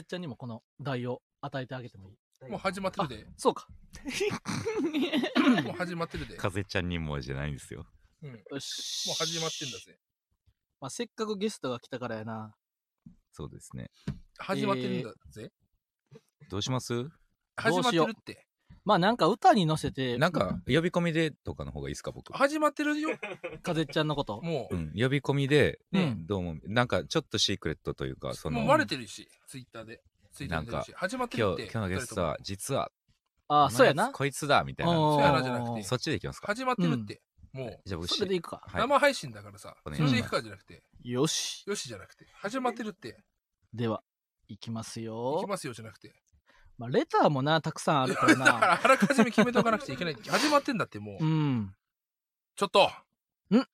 っちゃんにもこの題を与えてあげてもいいもう始まってるで。そうか。 もう始まってるで。うん。も風ちゃんにもじゃないんですよ。うよし。始まってんだ。ぜ。まあ、せっかくゲストが来たからやな。そうですね。始まってるんだぜ。どうしますど始うましってようるって。まあなんか歌に乗せて、なんか、呼び込みでとかの方がいいですか、僕。始まってるよ。風ちゃんのこと。も、うん、呼び込みで、うねんどうも、なんかちょっとシークレットというか、そうもの、うバレてるし、ツイッターで。ツイッターで出るし。始まってる今っ日、て。今日のゲストは、実は、あおあ、前そうやな。こいつだ、みたいおーそうやなな。じゃなくてそっちでいきますか。始まってるって。もう、じゃあ僕、それでいくか。はい生配信だからさ、お願いそれでいくかじゃなくて、よし。よしじゃなくて、始まってるって、では、いきます行よき。ますよじゃなくて。まあ、レターもな、たくさんあるからだか な。ら、あらかじめ決めておかなくちゃいけない。始まってんだって、もう。うん。ちょっとん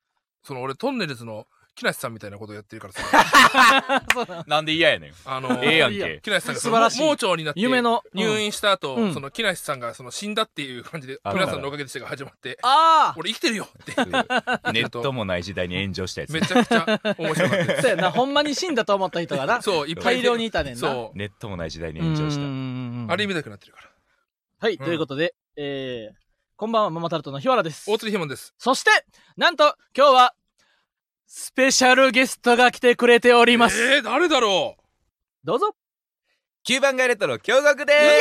その俺、トンネルズの木梨さんみたいなことやって るからさ、そうだな なんで嫌やねん。あの、ええやんいいやけ。木梨さんがそ素晴のらしい盲腸になって夢の。うん入。院した後、うんその木梨さんがその死んだっていう感じであ木梨さんのおかげでしたが始まってああ俺生きてるよってネットもない時代に炎上したやつめ。ちゃくちゃ面白かったでそうやな。ほんまに死んだと思った人がなす。そういっぱい大量にいたねんな。そうネットもない時代に炎上しうた。んあれ見たくなってるからはい、うんということで、えー、こんばんは、ママタルトの日原です。大釣りひもんですそして、なんと、今日は、スペシャルゲストが来てくれております。えー、誰だろうどうぞ。 9番街レトロ、驚愕でイエ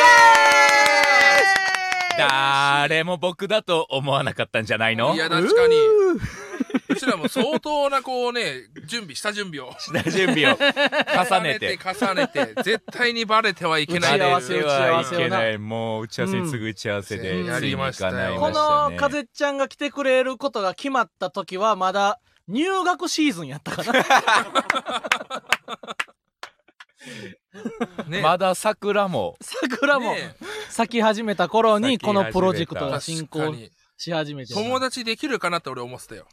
す誰も僕だと思わなかったんじゃないのいやうー確かにうちらも相当なこうね準備下準備 を下準備を重ねて。重ねて重ねて絶対にバレてはいけな打いち合わせ打ち合わせをいけないもう打ち合わせに次ぐ打ち合わせで、うんやりましたよついに行かこないまのしたね風ちゃんが来てくれることが決まった時は、まだ、入学シーズンやったか な。ねまだ桜も桜もね咲き始めた頃に、咲き始こめたのプロジェクトが進確か行にし始めてるな。友達できるかなって俺思ってたよ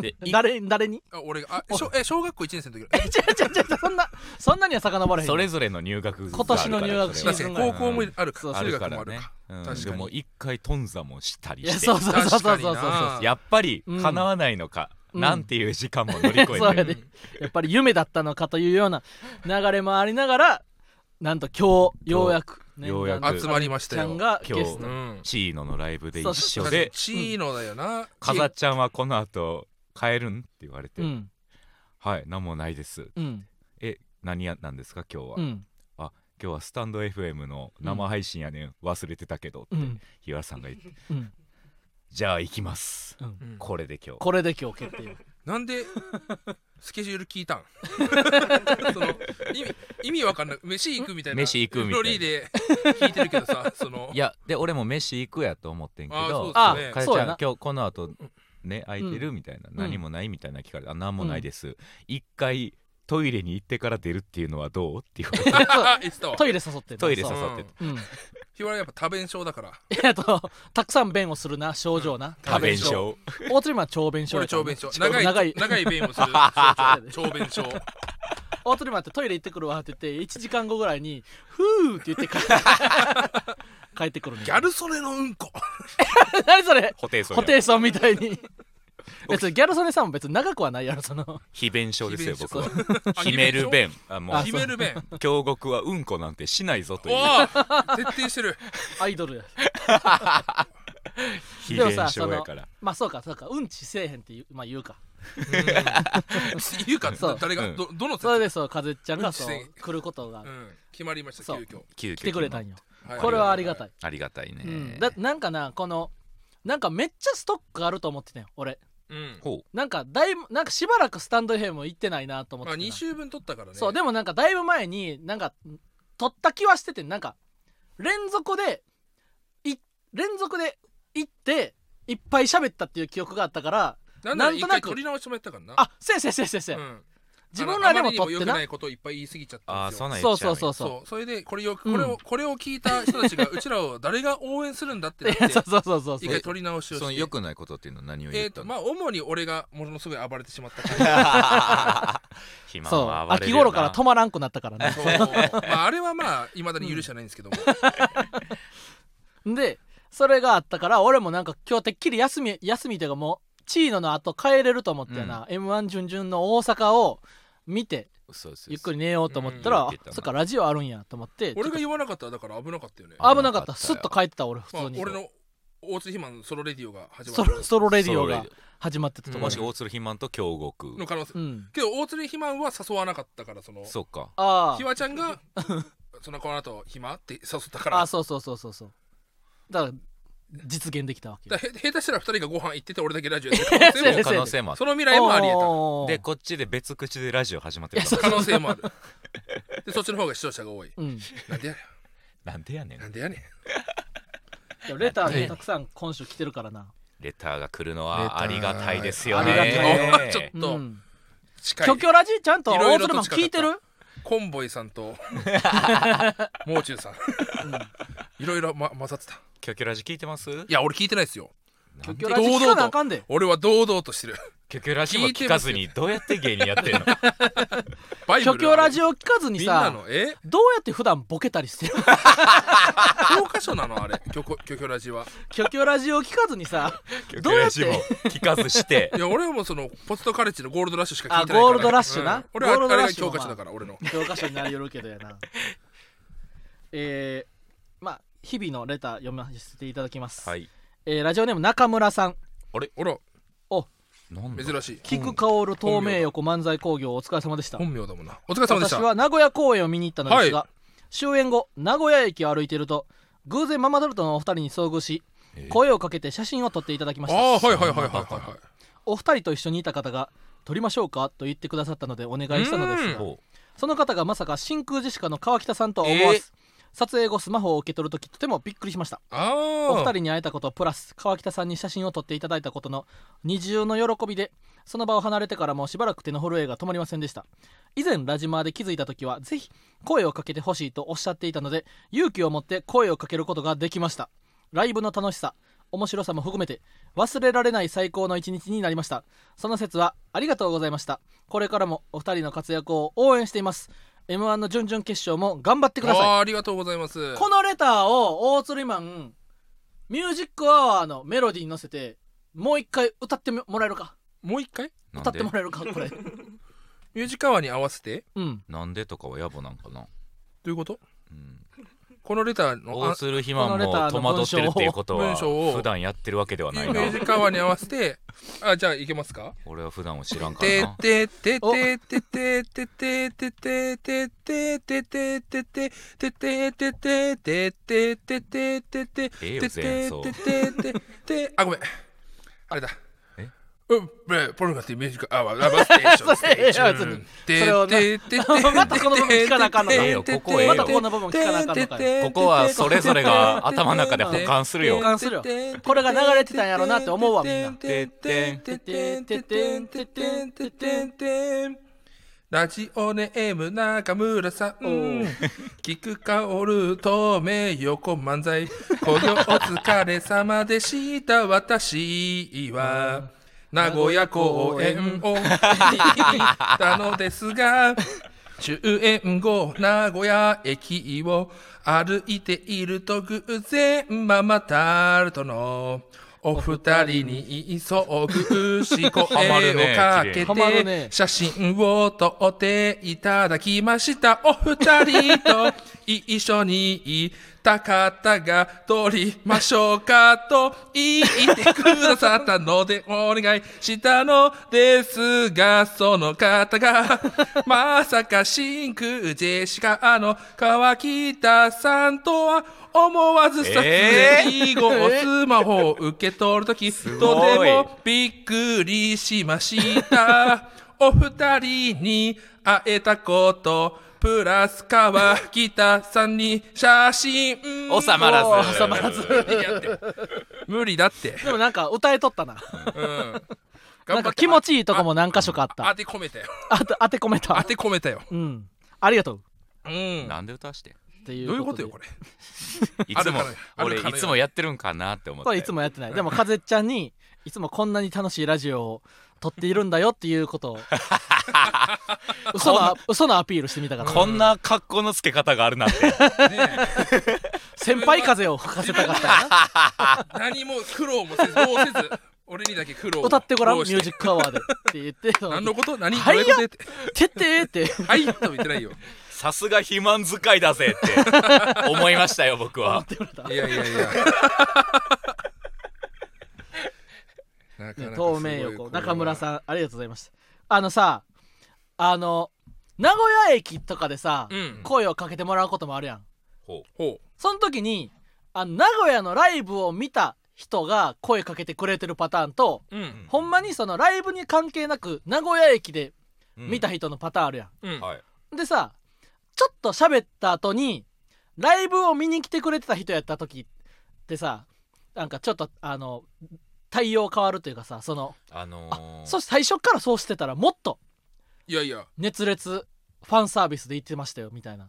で誰、誰にあ俺があしょえ小学校1年生の時え、違う違う違う、そんな、そんなに は遡らへん。それぞれの入学今年の入学シー確ズかンにが高校もあるかそうあ中る学かもあらるねか、うん確かにでも一回頓挫もしたりいや、してそうそうそうそうそうそう確かになやっぱりうん叶わないのか、うんなんていう時間も乗り越えそうてやでやっぱり夢だったのかというような流れもありながらなんと今日ようやく、ね、ようやくなんと集まりましたちゃよんが今ゲ日ストうんチーノのライブでそう一そ緒でチーノだよな、 「かざちゃんはこの後帰るん?」って言われて「うんはい何もないですうん」え何やなんですか今日は、うん今日はスタンド FM の生配信やねん忘れてたけど」ってうん日原さんが言ってうん「じゃあ行きます」うんうんこれで今日これで今日決 定なんでスケジュール聞いたんその意味意味わかんない飯行くみたいな飯行くみたいなロリーで聞いてるけど さそのいやで俺も飯行くやと思ってんけどああそうですねかえちそうやゃんな今日この後ね空いてるみたいな、ん何もないみたいな聞かれて「あ何もないです」一回トイレに行ってから出るっていうのはどう?」って言われてあ 言ってたわトイレ誘ってる トイレ誘そっててううん 日はやっぱ多弁症だからえっとたくさん便をするな症状な、多多弁弁症症大鶴マンは長便症俺やからね長弁症長長い長い長い弁 をする長弁症大鳥マンってトイレ行ってくるわって言って1時間後ぐらいに「ふー」って言って 帰って帰ってくるねギャルソレのうんこ 何それホテイソンホテイソンみたいに別にギャル曽根さんも別に長くはないやろその 非弁症ですよ非弁僕症 はあ秘 める弁あもあう決める弁京極はうんこなんてしないぞとおいうお徹底してるアイドルや非弁症やからまあそうかそうかうんちせえへんって言う,、まあ、言うか 言うかそう誰うがんどどのそれででそう風ちゃんがそううんちせえ来ることが決まりましたそう急遽急遽来てくれたんよはいこれはありがたい、ありがたいね、うん、だなんかなこのなんかめっちゃストックあると思ってたよ俺うんほなんかだいぶなんかしばらくスタンド FM 行ってないなと思ってまたあな2週分取ったからねそうでもなんかだいぶ前になんか取った気はしててなんか連続でい連続で行っていっぱい喋ったっていう記憶があったからなんならなん一となく回取り直してもらったからなあせやせやせやせやせや、うん自分らでもあのあまり取っに良てくなないことをいっぱい言い過ぎちゃっうたあんあですそようなんやそうそうそうそうそうそれでこれをうんこれをこれを聞いた人たちが うちらを誰が応援するんだってなっいやそうてそうそうそう一回取り直しをそのして良くないことっていうのは何をえ言っーたとまの、あ主に俺がものすごい暴れてしまったから 暇そうは暴れ秋るよな頃から止まらんくなったからねそうまああれはまあいまだに許してないんですけどもでそれがあったから俺もなんか今日てっきり休み休みというかもうチーノの後帰れると思ってやな、m 1準々の大阪を見てそうですゆっくり寝ようと思ったら、うんあ言ってたなそっかラジオあるんやと思って俺ちょがっ言わなかったらだから危なかったよねと危なかっ危なかったたよスッと帰ってた俺普まあ通に、俺の大津肥満のソロレディオが始まソったロソロレディオソロがレデ始まってたとィオこもろしくは大鶴肥満と京極の可能性うんけど大津肥満は誘わなかったからそのそうかあひーわちゃ んがそのこの後暇って誘ったからあーそうそうそうそうそうだから実現できたわけよだへ下手したら2人がご飯行ってて俺だけラジ オやってるそうです可能性も可能性もあっその未来もありえたおーでこっちで別口でラジオ始まってるかた可能性もあるでそっちの方が視聴者が多いうん、なんでやねらなんでやねんなんんでやねんでもレターねたくさん今週来てるからな、レターが来るのレターはありがたいですよねありがたいちょっうとん、近いキョキョラジちゃんといろ大いろ鶴とマン近かった聞いてるコンボイさ んともう中さんいろいろま混ざってたとキョキョラジ聞いてますいや俺聞いてないですよキョキョラジ聞かなあかんで俺は堂々としてるキョキョラジも聞かずにどうやって芸人やってんのバイキブョルキョラジを聞かずにみんなさのえどうやって普段ボケたりしてる 教科書なのあれキョコキョキョラジはキョキョラジを聞かずにさキョ キどうョやっラてジも聞かず していや俺はもうそのポストカレッジのゴールドラッシュしか聞いてないからあゴールドラッシュなうん俺はゴールあドラれッがシュもまあ教科書だから俺の 教科書になりよるけどやなえー、まあ日々のレター読ませていただきます、はいえーラジオネーム中村さんあらなんだ珍しい菊薫透明横漫才興行お疲れ様でした本名だもんなお疲れ様でし私たは名古屋公演を見に行ったのですが、は終演後名古屋駅を歩いていると偶然ママドルトのお二人に遭遇しえ声をかけて写真を撮っていただきまあしたあはいはいはいはいはいはいお二人と一緒にいた方が「撮りましょうか?」と言ってくださったのでお願いしたのですがほうその方がまさか真空ジェシカの川北さんとは思わず、えー撮影後スマホを受け取るときとてもびっくりしましたああお二人に会えたことプラス川北さんに写真を撮っていただいたことの二重の喜びでその場を離れてからもしばらく手の震えが止まりませんでした以前ラジマーで気づいた時はぜひ声をかけてほしいとおっしゃっていたので勇気を持って声をかけることができましたライブの楽しさ面白さも含めて忘れられない最高の一日になりましたその説はありがとうございましたこれからもお二人の活躍を応援しています m 1の準々決勝も頑張ってくださいあーありがとうございますこのレターを大鶴マンミュージックアワーのメロディーに乗せてもう一回歌ってもらえるかもう一回なん歌ってでもらえるかこれミュージカワに合わせてうんなんでとかは野暮なんかな、どういうことうん、このレターのあ大鶴肥満も戸惑ってるっていうことこのはレターの文章を普段やってるわけではミないなュージカワに合わせてあじゃあいけますか俺は普段を知らんからてなてててててててててててててててててててててててててええよ前奏てててててあごめんあれだえうんブポルノガティミュージックアワーラバーステーションステーションそれをなてててまたこの部分聞かなあかんのかええよここええよまたこの部分聞かなあかんのかよここはそれぞれが頭の中で保管するよ保管するよこれが流れてたんやろなって思うわみんなてってんラジオネーム中村さおん菊薫透明横漫才工業お疲れ様でした私は名古屋公演を見に行ったのです が終演後名古屋駅を歩いていると偶然ママタルトのお二人に遭遇し声をかけハマるねて写真を撮っていただきましたお二人と一緒にいた方が撮りましょうかと言ってくださったのでお願いしたのですがその方がまさか真空ジェシカの川北さんとは思わず撮影以後スマホを受け取るときとてごいもびっくりしました。お二人に会えたこと、プラス川北さんに写真。収まらおず収まらず無理だって。でもなんか歌えとったなうん。なんか気持ちいいとこも何箇所かあっあた当て込めたよ。あと当て込め当たて込めたよ。うんありがとううん。なんで歌わしてっていうどういうことよ、これれ。いあつるかもらあ俺るからいつもやってるんかなって思ってこれいつもやってないでも風ちゃんにいつもこんなに楽しいラジオを撮っているんだよっていうことを嘘の嘘のアピールしてみたからこんな格好のつけ方があるなんて先輩風を吹かせたかったよな何も苦労もせず、どうせず、俺にだけ苦労を歌ってごらん苦ミ労しュージてックアワーでって言って何のこと何はいどういうことっててってーってはいとも言ってないよさすが肥満使いだぜって思いましたよ僕思っはてくれたいやいやいやなかなかすごい透明横これは中村さんありがとうございましたあのさあの名古屋駅とかでさ、うん声をかけてもらうこともあるやんほうほその時にあの名古屋のライブを見た人が声かけてくれてるパターンとううんほんまにそのライブに関係なく名古屋駅でうん見た人のパターンあるやん、うんはいでさちょっと喋った後にライブを見に来てくれてた人やった時ってさなんかちょっとあの対応変わるというかさそのあのあーそして最初からそうしてたらもっといやいや熱烈ファンサービスで言ってましたよみたいな、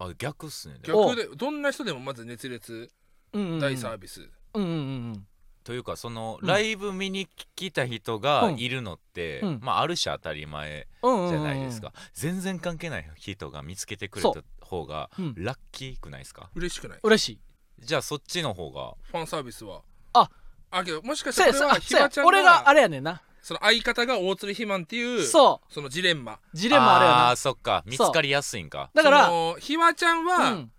あ逆っすね逆でどんな人でもまず熱烈うんうんうん、大サービスうんうんうんというかそのうんライブ見に来た人うがんいるのって、うんまあある種当たり前うんうんうんじゃないですか、全然関係ない人が見つけてくれた方がうんラッキーくないですか、嬉しくない嬉しいじゃあそっちの方がファンサービスはああけどもしかしそたうらやそうこれはやひそうまやちゃん俺があがれやねんな、その相方が大鶴肥満っていうそそのジレンマうジレンマあれやあーなそっか見つかりやすいんかだからそのひまちゃんは、うん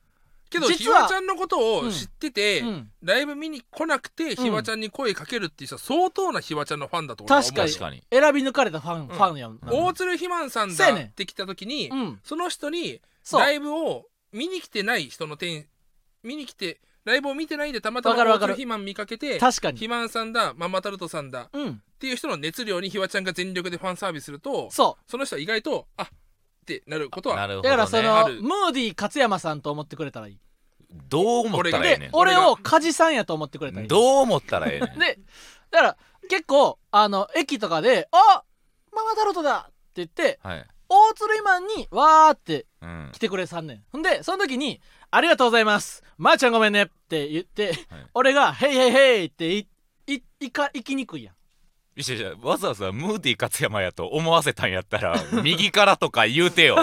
けどひ実はまちゃんのことを知ってて、うん、ライブ見に来なくてひまちゃんに声かけるっていう人は相当なひまちゃんのファンだと俺は思う確かに確かに選び抜かれたファン、ファンやんな大鶴肥満さんそうやだねんって来た時に、うんその人にそうライブを見に来てない人の点見に来てライブを見てないでたまたまわかるわ大か鶴る肥満見かけて確かに肥満さんだママタルトさんだっうんていう人の熱量にひわちゃんが全力でファンサービスするとそその人は意外とあってなることなはうるほだど、ね、からそあの、るムーディ勝山さんと思ってくれたらいいどう思ったらええねでん俺俺がを梶さんやと思ってくれたらいいどう思ったらええねんでだから結構あの駅とかで「あママタルトだ!」って言ってはい、大鶴マンにわーってうん来てくれさんねんほんでその時に「ありがとうございますまー、ちゃんごめんね」って言って、はい俺が「ヘイヘイヘイ」っていいいか行きにくいやん いやいやわざわざムーディ勝山やと思わせたんやったら 右からとか言うてよ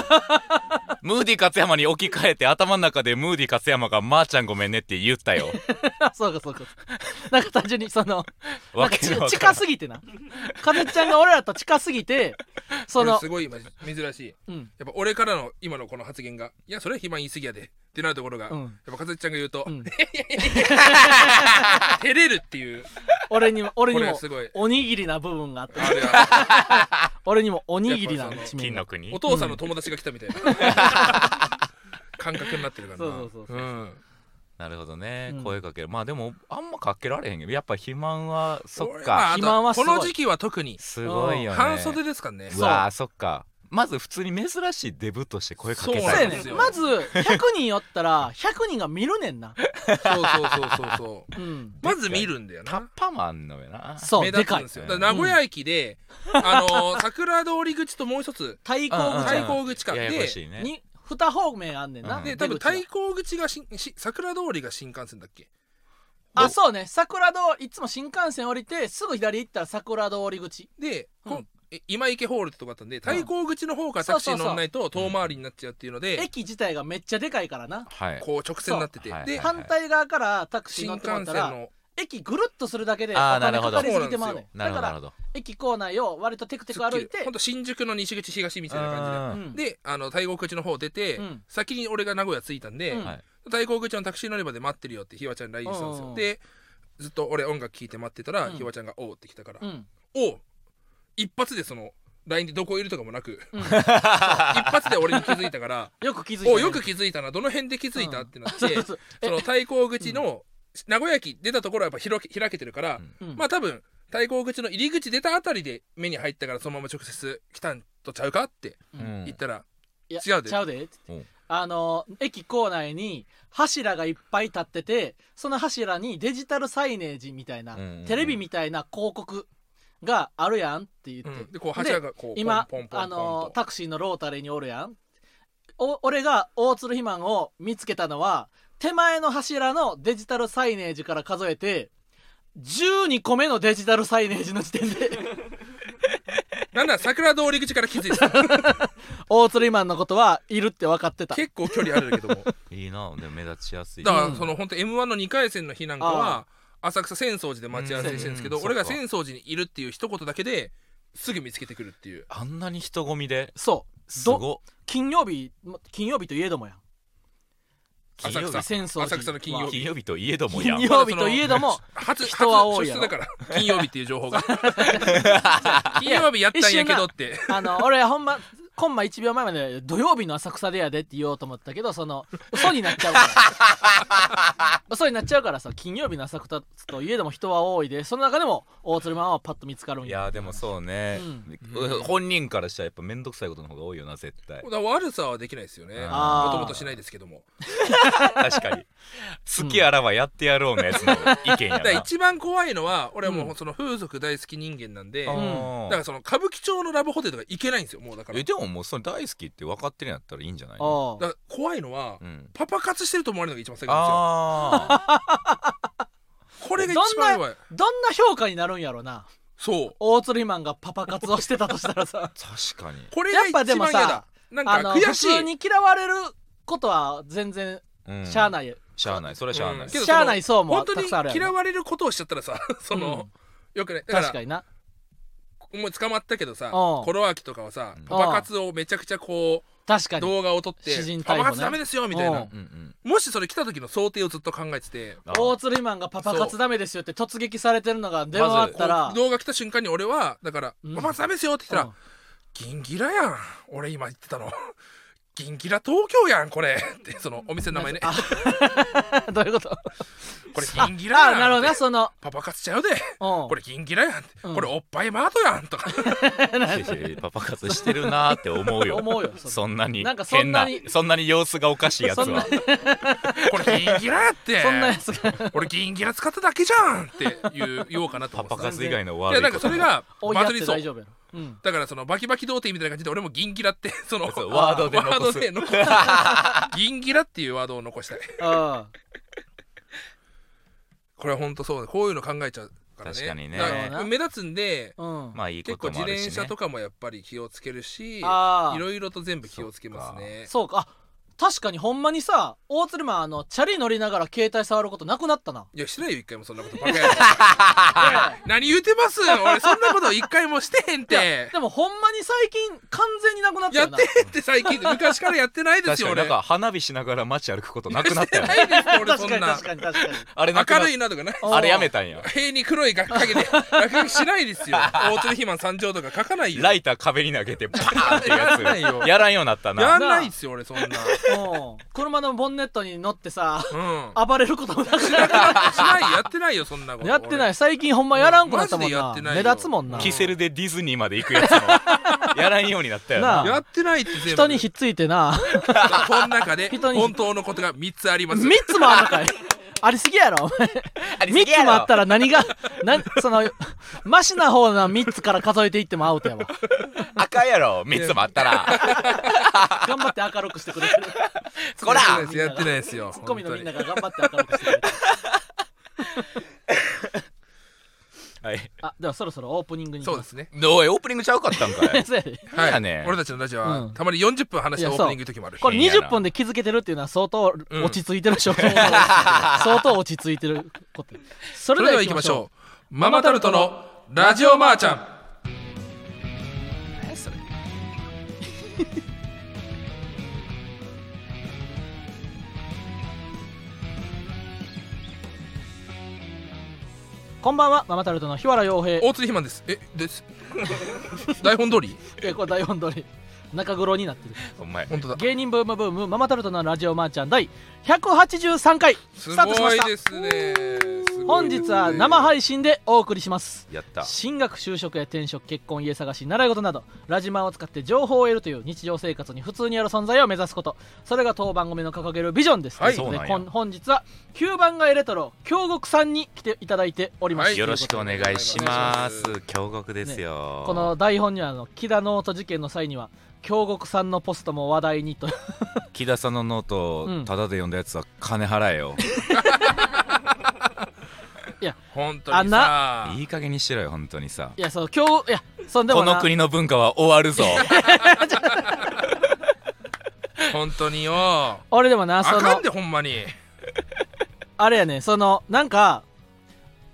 ムーディ勝山に置き換えて頭の中でムーディ勝山が「まー、ちゃんごめんね」って言った よあそうかそうかなんか単純にそのなんわかけちのわから近んすぎてなかずちゃんが俺らと近すぎてそこれのすごい今珍しいうんやっぱ俺からの今のこの発言がいやそれは肥満言い過ぎやでってなるところが、うんやっぱかずきちゃんが言うと、うん照れるっ ていう俺にも俺こにれがもすごいおにぎりな部分があってあれは俺にもおにぎりな一面金がの国お父さんの友達が来たみたいな 感覚になってるからなそうそうそうそうんなるほどね、うん声かけるまあでもあんまかけられへんけどやっぱ肥満はそっ俺まああとか肥満はすごいこの時期は特にすごいよね半袖ですからねうわーそっかまず普通に珍しいデブとして声かけそうたやいそねうなんですよまず100人おったら100人が見るねんなそうそうそうそうそう うんまず見るんだよタッなパマンのよなそう目で立つかんいですよでかだいから名古屋駅で、あのー 桜通り口ともう一つ対抗うんうん口対抗口かややこしいねに2方面あんねんな、うんで出多分口は対抗口がしし桜通りが新幹線だっけあそうね桜通りいつも新幹線降りてすぐ左行ったら桜通り口で、こうんえ今池ホールってとこだったんで対抗口の方からタクシーに乗んないと遠回りになっちゃうっていうので、駅自体がめっちゃでかいからなはいこう直線になってて、そうはいで、はい反対側からタクシー新乗っ幹てもらっ線たらの駅ぐるっとするだけでおあーな金るかほどかりすぎてまうねんなるだかほどなるらほど駅構内を割とテクテク歩いてほんと新宿の西口東みたいな感じでううんんであの大国口の方出て、うん先に俺が名古屋着いたんで、うんはい大国口のタクシー乗り場で待ってるよってひわちゃんに LINE したんですうんうんうよんでずっと俺音楽聴いて待ってたら、うんひわちゃんが「おう」って来たから「うんおう」一発でその LINE でどこいるとかもなく、 うん一発で俺に気づいたからよ く気づい「てねおうよく気づいたなどの辺で気づいた?」ってなっそうてそうそうえその対抗口の名古屋駅出たところはやっぱ広け開けてるから、うんまあ多分対抗口の入り口出たあたりで目に入ったからそのまま直接来たんとちゃうかってうん言ったら、いや違うでちゃうでうんあの駅構内に柱がいっぱい立っててその柱にデジタルサイネージみたいな、うんうんうんテレビみたいな広告があるやんって言って、うんでこう柱がこう今ポンポンポンポンとあのタクシーのロータリーにおるやんお俺が大鶴肥満を見つけたのは手前の柱のデジタルサイネージから数えて12個目のデジタルサイネージの時点で なんなら桜通り口から気づい てた大鶴肥満のことはいるって分かってた結構距離あるけどもいいなでも目立ちやすいだからその本当 m 1の2回戦の日なんかは浅草浅草寺で待ち合わせしてるんですけど、うん俺がそっか浅草寺にいるっていう一言だけですぐ見つけてくるっていうあんなに人混みでそうすどご金曜日ま金曜日といえどもやん金曜浅草日浅草寺浅草の金曜は日金曜日といえどもや金曜日といえども初人は多い初や出ろだから金曜日っていう情報が 金曜日やったんやけどってあの俺はほんまコンマ1秒前まで土曜日の浅草でやでって言おうと思ったけどその嘘になっちゃうから 嘘になっちゃうからさ金曜日の浅草といえども人は多いでその中でも大鶴マンはパッと見つかるんいややーでもそうね、うん本人からしたらやっぱ面倒くさいことの方が多いよな絶対 だから悪さはできないですよねあもーともとしないですけども確かに好きあらばやってやろうのやつの意見 やだからな、一番怖いのは俺はもうんうその風俗大好き人間なんで、あだーからその歌舞伎町のラブホテルとか行けないんですよもうだからえでももうそれ大好きって分かってるんやったらいいんじゃないのあだから怖いのは、うんパパ活してると思われるのが一番最悪なんあですよこれが一番ど怖いどんな評価になるんやろなそう大鶴マンがパパ活をしてたとしたらさー確かに、これやがっ一ぱ番でもさ嫌だなんあかの悔し普通いに嫌われることは全然うんしゃあない、しゃあないそれはしゃあない、うんけどしゃあないそうも本たくさんあ当るにや嫌んわれることをしちゃったらさ その、よくねだから確かになお前捕まったけどさうんコロアキとかはさうんパパ活をめちゃくちゃこ確かうに動画を撮って詩人逮捕パねパ活ダメですよみたいうなんうんうんもしそれ来た時の想定をずっと考えててあ大鶴マンがパパ活ダメですよって突撃されてるのが電話あったら、こう動画来た瞬間に俺はだから「うんパパ活ダメですよ」って来たうんら「ギンギラやん俺今言ってたの ギンギラ東京やんこれ」ってそのお店の名前ね「 どういうことこれギンギラああなやるん」ほどってなそのパパ活しちゃうでうんこれギンギラやん」ってうんこれおっぱいマートやん」と かいやいやいやパパ活してるなーって思うよ思うよそそのんなになんかそんなに変なそんなに様子がおかしいやつそんなは「これギンギラやってそんなやつが俺ギンギラ使っただけじゃん」って言う言おうかなとパ思ってパた活以外のい悪やいこなんとかそれが 追いやっ祭てりそう大丈夫やろ、うん、だからそのバキバキ童貞みたいな感じで俺もギンギラってそのそうワードで残すワード で残すギンギラっていうワードを残したいあこれは本当そうだこういうの考えちゃうからね確かにねだら目立つんであうん、まあいいこ結構とも自あるし、ね、転車とかもやっぱり気をつけるしいあーろいろと全部気をつけますねそうかあ確かにほんまにさ大鶴マンあのチャリ乗りながら携帯触ることなくなったないやしてないよ一回もそんなことバカやなおい 何言うてます俺そんなこと一回もしてへんっていやでもほんまに最近完全になくなったやよっなてへんって最近昔からやってないで確すかよに俺なんか花火しながら街歩くことなく なったよなねいです俺確かそんにな確かに確かにあれなくな明るいなとかないああれやめたんや塀に黒いが影で落書きしないですよ大鶴肥満参上とか書かないよライター壁に投げてパーンってややらないよつやらんようになったやなんないですよ俺そんなうん車のボンネットに乗ってさうん暴れることもなくなやっってたないやってないよそんなこ とやってないい最近ほんまやらんくなったもんマなジでやってない目よ立つもんなキセルでディズニーまで行くやつもやらんようになったよななあやってないって全部人にひっついてなこの中で人に本当のことが3つあります3つもあるの かいありすぎやろお前3つもあったら何が何そのマシな方の3つから数えていってもアウトやわ赤やろ3つもあったら頑張って明るくしてくれてるこらやってないですやってないですよツッコミのみんな本が頑張って明るくしてくれてるはいあではそろそろオープニング当ににそうですすねおいオープニングちゃうかったんか いそうやでいやね俺たちのラジオうはんたまに40分話しいてオやーそうプニングの時もあるこれいいやな20分で気づけてるっていうのは相当うん落ち着いてるでしょ、相当落ち着いてる ことそそれれでではは行き行きままししょょうママタルトのラジオマーちゃんうこんばんはママタルトの日原洋平大鶴肥満ですえです 台本通りえこれ台本通り中黒になってるお前本当だ芸人ブームブームママタルトのラジオマーちゃん第183回すスタートしまごしいたですねすご本いですね日は生配信でお送りしますやった進学就職や転職結婚家探し習い事などラジマンを使って情報を得るという日常生活に普通にある存在を目指すことそれが当番組の掲げるビジョンです、はいということでそうなんやこん本日は9番街レトロ京極さんに来ていただいております、はいよろしくお願いしますお願いし京極ですよ、この台本にはあの木田ノート事件の際には京極さんのポストも話題にと木田さんのノートうんをタダで読んだやつは金払えよ、本当にさいい加減にしろよ本当にさいやそう京いやそんでもこなの国の文化は終わるぞ本当によ俺でもなあそかのんでほんまにあれやねそのなんか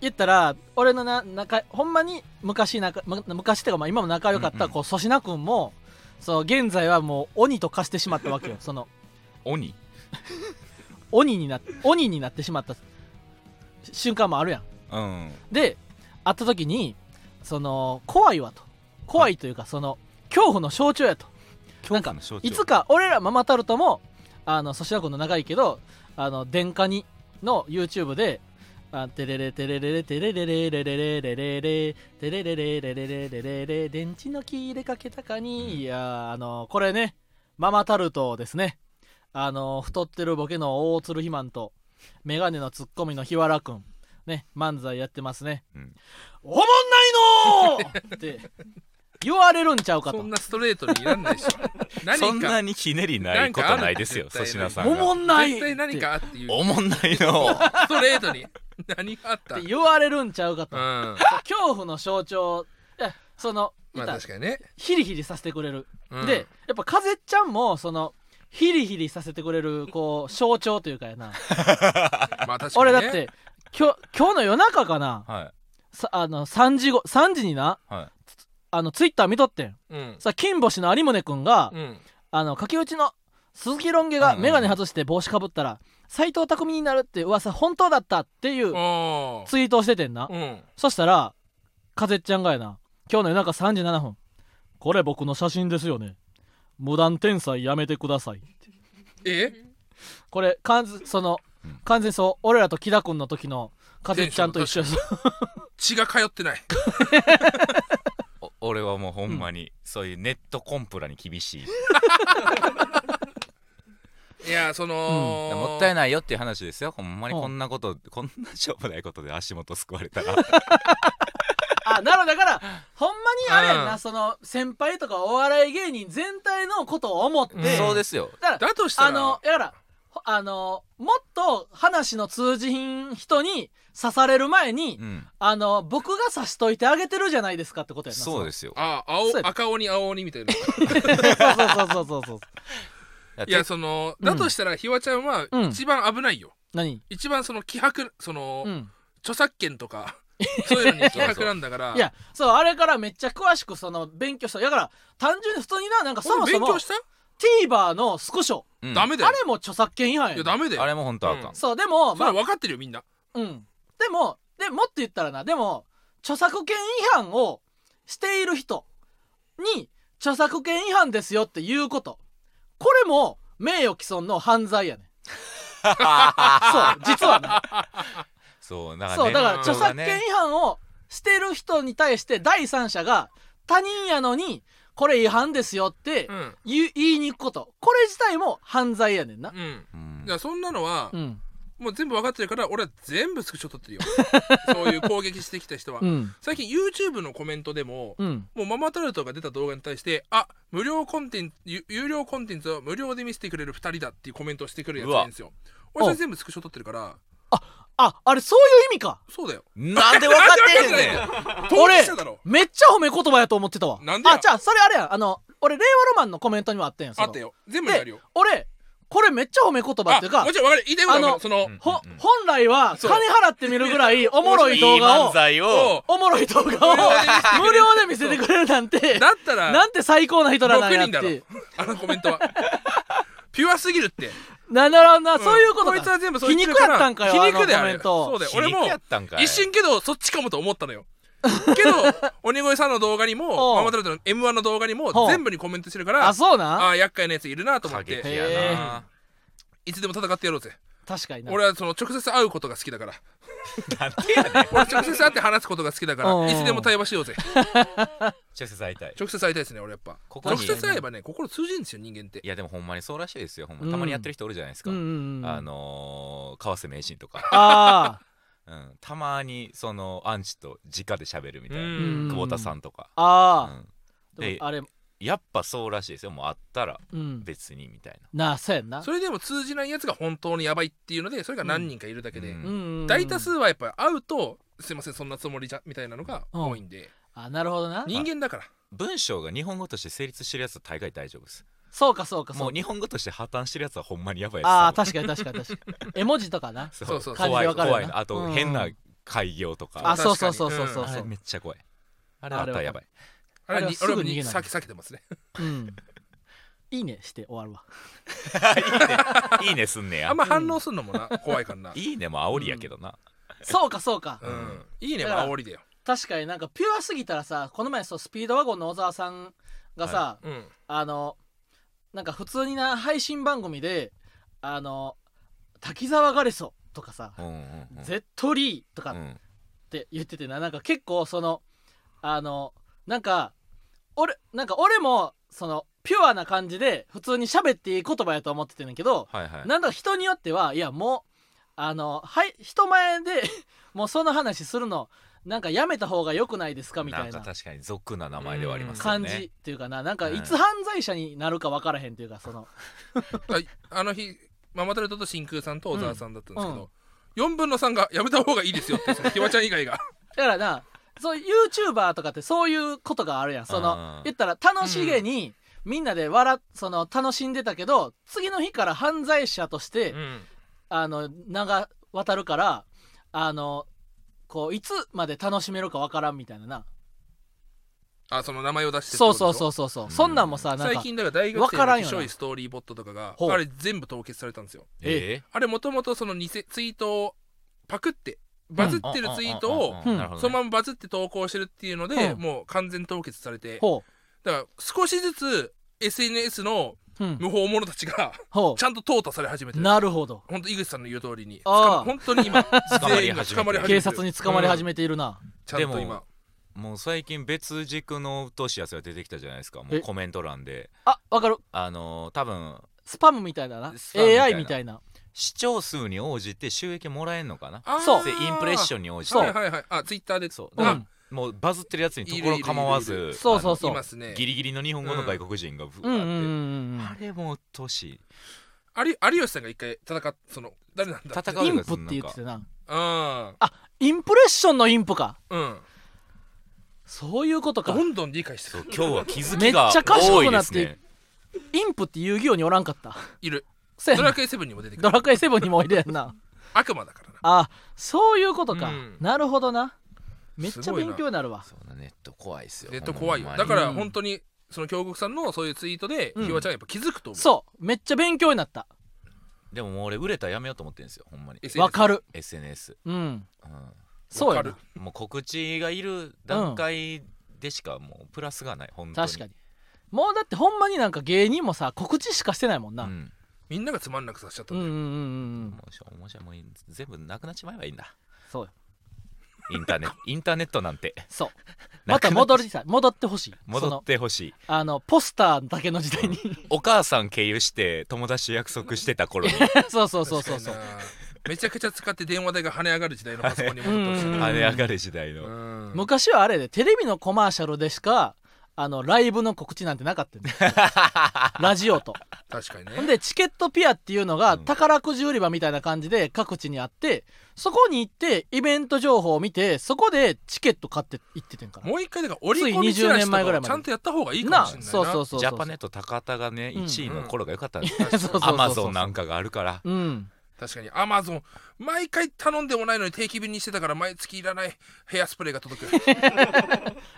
言ったら俺のな仲ほんまに昔仲む昔っていうかまあ今も仲良かっうんたうんこう粗品君もそう現在はもう鬼と化してしまったわけよその鬼鬼にな鬼になってしまった瞬間もあるやんうんで会った時にその怖いわと怖いというかその恐怖の象徴やとなんか象徴いつか俺らママタルトもあの粗品君の長いけどあの電化にの YouTube であテレレテレレレテレレレレレレレレレテレレレレレレレレレ電池の木入れかけたかに、いやあのこれねママタルトですねあの太ってるボケの大鶴ひまんとメガネのツッコミの日原くんね漫才やってますね、うんおもんないの ーって言われるんちゃうかとそんなストレートにいら んないし何そんなかにひねりないことないですよなんかあ粗る品さんおもがんない絶対何かあっていうおもんないのストレートに 何があったって言われるんちゃうかと、うん恐怖の象徴いやその、言まあったら確かにね、ヒリヒリさせてくれる、うんでやっぱ風ちゃんもそのヒリヒリさせてくれるこう象徴というかや なまあ確かにね俺だって今日今日の夜中かなはさあの3時後3時にないはあのツイッター見とってんうんさ金星の有宗くんが、うんあの駆け落ちの鈴木ロン毛うんがうん眼鏡外して帽子かぶったら斎、藤匠になるって噂本当だったっていうおーツイートをしててんな、うんそしたら、かぜっちゃんがやな、今日の夜中3時7分、これ僕の写真ですよね。無断転載やめてください。えこれ、完全そのうん、完全そう、俺らと木田君の時のかぜっちゃんと一緒です。血が通ってないお俺はもうほんまにそういうネットコンプラに厳しいいやその、もったいないよっていう話ですよほんまにうんこんなことこんなしょうもないことで足元すくわれたら あ、なるほどだから、ほんまにあれやんうな、んその、先輩とかお笑い芸人全体のことを思って、うんそうですよだから、だとしたらあの、だから、ほあの、もっと話の通じひん人に刺される前に、うんあの、僕が刺しといてあげてるじゃないですかってことやな。そうですよあそうや青赤鬼青鬼み たいなそうそうそうそうそうそう。いやそのだとしたらひわちゃんはうん一番危ないよ、何一番その希薄その、うん。著作権とかそういうのに希薄なんだか らいや、そう、あれからめっちゃ詳しくその勉強した。だから、単純に普通にな、なんかそそももそ勉も強した TVer のスクショ。うんダメだよあれも著作権違反やいねやんダメだよあれも本当あかんそう、でも、それまはあ、分かってるよみんなうん。でも、でもっと言ったらな、でも、著作権違反をしている人に、著作権違反ですよっていうこと。これも、名誉毀損の犯罪やねん。そう、実はな。そうだからそうねだからうん著作権違反をしてる人に対して第三者が他人やのにこれ違反ですよってうん言う言いに行くことこれ自体も犯罪やねんなうんうんいやそんなのは、うんもう全部分かってるから俺は全部スクショ撮って るよそういう攻撃してきた人は、うん最近 YouTube のコメントでも、うんもうママタルトが出た動画に対してあ無料コンテンツ有有料コンテンツを無料で見せてくれる2人だっていうコメントをしてくるやつがいるんですよ俺それ全部スクショ撮ってるからああれそういう意味かそうだよなんで分かってへんねん当事者だろめっちゃ褒め言葉やと思ってたわなんでやあじゃあそれあれやあの俺令和ロマンのコメントにもあったやんそあのったよ全部やるでよ俺これめっちゃ褒め言葉あっていうかもちろん分かる言いたいことは分かあのるその、うんほ本来は金払ってみるぐら いおもろい い動い画漫を才をそおもろい動画を無料で見せてくれるなんてうだったらなんて最高な人らなんや6っ人だろて。あのコメン トはピュアすぎるってななるほどな、そういうことんこいつは全部か。そう皮言って肉るやっからたんかよ。皮肉でああのコメれント。そうだよ皮俺肉もやったんかい一瞬けどそっちかもと思っ たのよけど鬼越さんの動画におもうママタルトの m 1の動画にもほう全部にコメントしてるからあ、そうあな。あ厄介なやついるなと思っ過て激やへなえいつでも戦ってやろうぜ確かにな。俺はその直接会うことが好きだからなんでやねん俺は直接会って話すことが好きだかおうおうらいつでも対話しようぜ直接会いたい直接会いたいですね俺やっぱここ直に接会えばね心通じるんですよ人間っていやでもほんまにそうらしいですよほんうんまたまにやってる人おるじゃないですかうんうんうんあのー川瀬名人とかあうんたまにそのアンチと直で喋るみたいうんなー。久保田さうん。んとかうあんあ。でもであれ、やっぱそうらしいですよもう会ったらうん。別にみたいななあ、そうやんな。それでも通じないやつが本当にやばいっていうのでそれが何人かいるだけで、うんうんうんうん大多数。はやっぱ会うとすいませんそんなつもりじゃみたいなのが多いんで、あ、なるほどな。人間だから文章が日本語として成立してるやつは大概大丈夫ですそうかそうかそもううか。日本語として破綻してるやつはほんまにやばいやつああ、確かに確かに確かに。絵文字とかな。 そうそうそう怖い漢字で分かるよな怖いのあと、うん変な開業とかあそうそう確かそうにそうそうあそれうめっちゃ怖いあれあったらやばいあれあれはにす俺ぐも逃げない避け避けてますねうんいいねして終わ るわいいねすんねあやんま反応すんのも な怖いからないいねも煽りやけどな、そうかそうか、うんいいねまあ煽りだよ確かになんかピュアすぎたらさこの前そうスピードワゴンの小沢さんがさ、うん あのなんか普通にな配信番組であの滝沢ガレソとかさ、うんうんうんゼットリーとかうっんて言っててななんか結構そのあのなんか俺なんか俺もそのピュアな感じで普通に喋っていい言葉やと思っててんだけど、はいはいなんだか人によってはいやもうあのはい人前で もうその話するのなんかやめた方が良くないですかみたいななんか確かに俗な名前ではありますよ感ねじっていうかななんかいつうん犯罪者になるか分からへんっていうかそのああの日ママタルトと真空さんと小沢さんだったんですけうんうど、4分の3がやめた方がいいですよってそのひわちゃん以 外がだからなそう YouTuber とかってそういうことがあるやんそうんうのん言ったら楽しげにみんなで笑っその楽しんでたけど次の日から犯罪者として、うんあの名が渡るからあのこういつまで楽しめるか分からんみたいななあその名前を出してってそこうとそうでしそょうそうそう、うんそんなんもさなん最か近だから大わ学生からのんよなひしょいストーリーボットとかがほうあれ全部凍結されたんですよえあれもともとその偽ツイートをパクってバズっーてるツイートをうんなるほどねそのままバズって投稿してるっていうので、うんもう完全凍結されてほだから少しずつ SNS のう、うん、無法者たちがほちゃんと淘汰され始めてうるなるほど本当井口さんの言う通りにああ本当に今全員が捕まり始めて警る察に捕まり始めめているな、ちゃんとで今ももう最近別軸の鬱陶しいやつが出てきたじゃないですかもえうコメント欄であわかるあのー多分スパムみたいだなスパムみたいな AI みたいな視聴数に応じて収益もらえんのかなあーそうでインプレッションに応じてそうはいはいはいあツイッターでそううだからんもうバズってるやつにところ構わずいるいるいるいるそうそうそういますあねのギリギリの日本語の外国人がぶうんうんうんわうんってあれもう鬱陶しいあり有吉さんが一回戦っその誰なんだ戦うインのがプっそんてなん言っかててなうんインプレッションのインプかうんそういうことかどんどん理解してそうる 今日は気づめっきがちゃ多賢くいなでっすていねくインプって遊戯王におらんかった いるせやドラなクエ7にも出てくドるラクエセブンにもおいでやんな悪魔だからなあそういうことか、うんなるほどなめっちすゃごいな勉強になるわそうだネット怖いっすよネット怖いよほんまだにから本当にその京極さんのそういうツイートでうんひわちゃんやっぱ気づくと思うそうめっちゃ勉強になったでももう俺売れたらやめようと思ってるんですよほんまに SNS わかる SNS、うんうんそうやわなかもう告知がいる段階でしかもうプラスがない本当に確かにもうだってほんまになんか芸人もさ告知しかしてないもんな、う、うんんみんながつまんなくさせちゃったうんんだうんようんうんもうしょもうしょもうい全部なくなっちまえばいいんだそうよインター ネットインターネットなんてそうまなくたなっ戻りたい戻ってほしいそ戻っのてほしいあのポスターだけの時代に お母さん経由して友達と約束してた頃に そうそうそうそうそう確かになめちゃくちゃ使って電話代が跳ね上がる時代のパソコンに戻ってほしいうん跳ね上がる時代の、うん昔はあれでテレビのコマーシャルでしかあのライブの告知なんてなかったんだよ ラジオと確かにほんねでチケットピアっていうのがうん宝くじ売り場みたいな感じで各地にあってそこに行ってイベント情報を見てそこでチケット買って行っててんからもう一回だから折り込みチラシとかをちゃんとやった方がいいかもなしれないなそうそうそうそうジャパネット高田がねうん1位の頃が良かったんです よ、そうそうそうそうアマゾンなんかがあるからうん確かにアマゾン毎回頼んでもないのに定期便にしてたから毎月いらないヘアスプレーが 届くい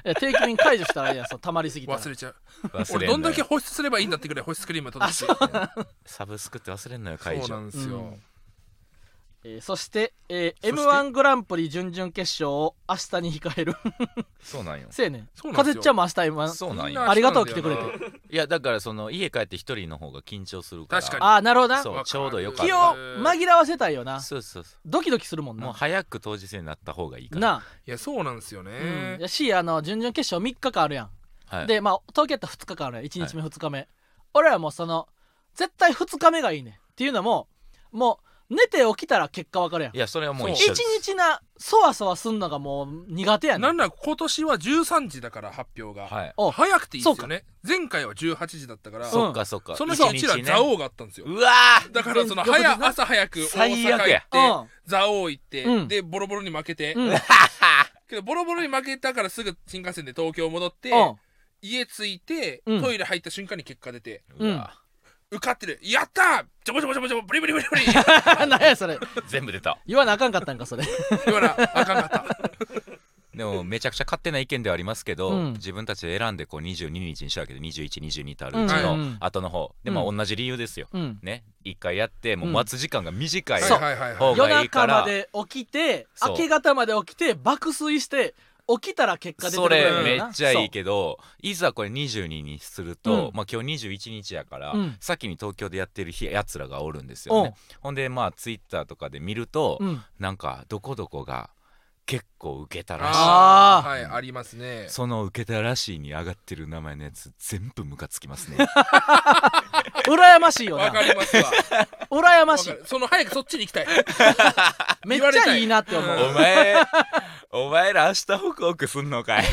や定期便解除したらいいやんそう溜まりすぎたら忘れちゃう俺忘れんのよどんだけ保湿すればいいんだってくらい保湿クリームが届くてサブスクって忘れんのよ会そうな場んですうよんえーそして,、えー、そして m 1グランプリ準々決勝を明日に控える そうなんよせやねんそうなん風ですよっちゃんも明日今そうなんみんよなありがとう来てくれて明日なんだよないやだからその家帰って一人の方が緊張するから確かにああなるほどなそうわかるちょうどよかっ気をた紛らわせたいよなそうそうそドキドキするもんうもうな早く当日になった方がいいからなあ、いやそうなんですようんね、やしあの準々決勝3日間あるやん、はい、でまあ東京やったら2日間あるやん1日目2日目、俺らもうその絶対2日目がいいねんっていうのももう寝て起きたら結果わかるやんいやそれはもう一一緒です日なそわそわすんのがもう苦手やねなんんなら今年は13時だから発表が、はいお早くていいですよね前回は18時だったから、んそっかそっかその日一うちらね蔵王があったんですようわーだからその全然早翌日な朝早く大最阪悪行やうっんて蔵王行って、うんでボロボロに負けて、 うん、うん、けどボロボロに負けたからすぐ新幹線で東京戻って、家着いて、うんトイレ入った瞬間に結果出てうんうわ受かってるやったーちょぼちょぼちょぼちょぼブリブリブリブ リ 何やそれ全部出た言わなあかんかったんかそれ言わなあかんかったでもめちゃくちゃ勝手な意見ではありますけど、うん自分たちで選んでこう22日にしたわけで2122とあるうちうのん後の方、でまうあ同じ理由ですよ、うんね一回やってもううん待つ時間が短い、そうはいはいはいほはう夜がいいか中らまで起きてそう明け方まで起きて爆睡して起きたら結果出てくそるれぐらいめのなっちゃいいそけどいざこれ22にすると、うんまあ、今日21日やから、うん先に東京でやってる日やつらがおるんですよねほんでまあツイッターとかで見ると、ううんなんかどこどこが結構受けたらしいああーはいありますねその受けたらしいに上がってる名前のやつ全部ムカつきますね羨ましいよわなかりま すわ羨まわしかいるその早くそっちに行きたいめっちゃいいなって思言わおうれ前お前ら明日ホクホクすんのかい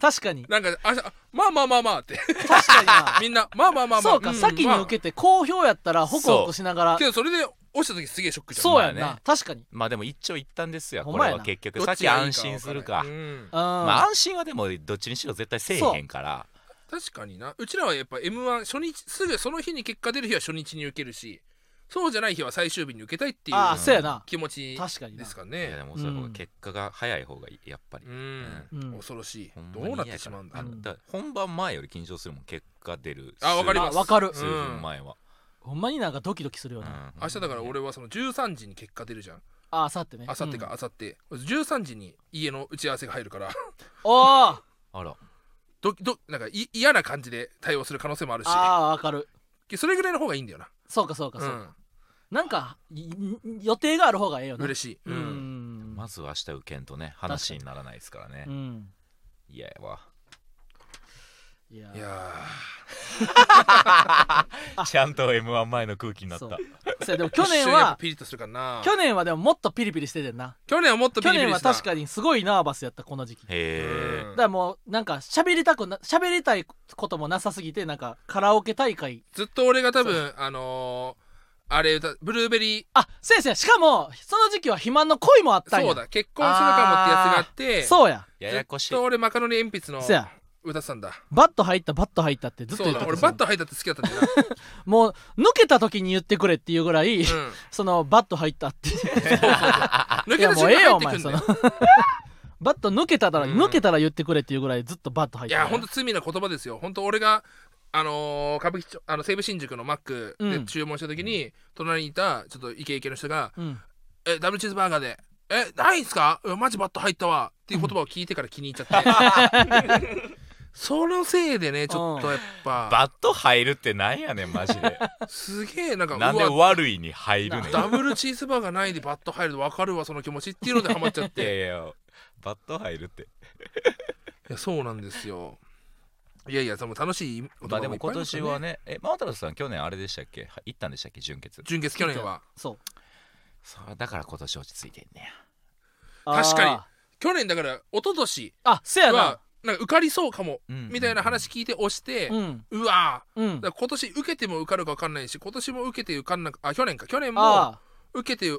確か になんかあまあまあまあまあ って確かになみんなまあまあまあまあそうか、ん先に受けて好評やったらホクホクしながまあらけどそれで落ちた時すげえショックじゃんそうやんまあなね確かに まあでも一長一短ですよほこんまれやなは結局どっち先がいいわ安心するかうんまああ安心はでもどっちにしろ絶対せえへんから確かになうちらはやっぱ m 1初日すぐその日に結果出る日は初日に受けるしそうじゃない日は最終日に受けたいっていあーうそうやな気持ち確かになですかいやねでもそういう方うがん結果が早い方がいいやっぱりううんん恐ろしいほんまにどうなっ嫌やてしかまらうんだあうんだから本番前より緊張するもん結果出るあわかりますあわかる数数分前はほんまになんかドキドキするよううんな明日だから俺はその13時に結果出るじゃんあさってね明後日か明後日13時に家の打ち合わせが入るからうんお ーあらどどなんかい嫌な感じで対応する可能性もあるしああわかるそれぐらいの方がいいんだよなそうかそうかそうかうなんかい予定がある方がええよんね嬉しいうんんまずは明日受けんとね話にならないですからねうんいややわいいややちゃんと m 1前の空気になったそうはそうやでもー去年一瞬やっぱはピリッとするからな去年はでももっとピリピリしててんな去年はもっとピ去リピ年リはした確かにすごいナーバスやったこの時期だかへうんらもうなんか喋りたくな喋りたいこともなさすぎてなんかカラオケ大会ずっと俺が多分あのー、あれ歌ブルーベリーあ先生しかもその時期は肥満の恋もあったんやそうだ結婚するかもってやつがあってそうやえややこしいずっと俺マカロニ鉛筆のそや歌ってたんだバット入ったバット入ったってずっとそ言っうてだた俺バット入ったって好きだったんだよもう抜けた時に言ってくれっていうぐらい、な、うんそのバット入ったって抜いけやたも瞬うええよ間入おってく前んそだの よバット抜けたら、うん抜けたら言ってくれっていうぐらいずっとバット入っいてやほんと罪な言葉ですよほんと俺があのー、歌舞伎町あの西武新宿のマックうでん注文した時に、隣にいたちょっとイケイケの人がうん「えダブルチーズバーガーで」えないんすかうんマジバット入ったわ」っていう言葉を聞いてから気に入っちゃって そのせいでねちょっとやっぱバット入るってなんやねんマジですげえなんかなんでうわ悪いに入るねんダブルチーズバーガーないでバット入るの分かるわその気持ちっていうのでハマっちゃっいやていやバット入るっていやそうなんですよいやいやでも楽しいまあでも今年はねねえマ太郎さん去年あれでしたっけは行ったんでしたっけ純潔純潔去年はそうそうだから今年落ち着いてんねや確かにあ去年だから一昨年ーあせやなはなんか受かりそうかもうんみたいな話聞いて押してうんうわーうんだから今年受けても受かるか分かんないし今年も受けて受かんなくあ去年か去年もあ受けて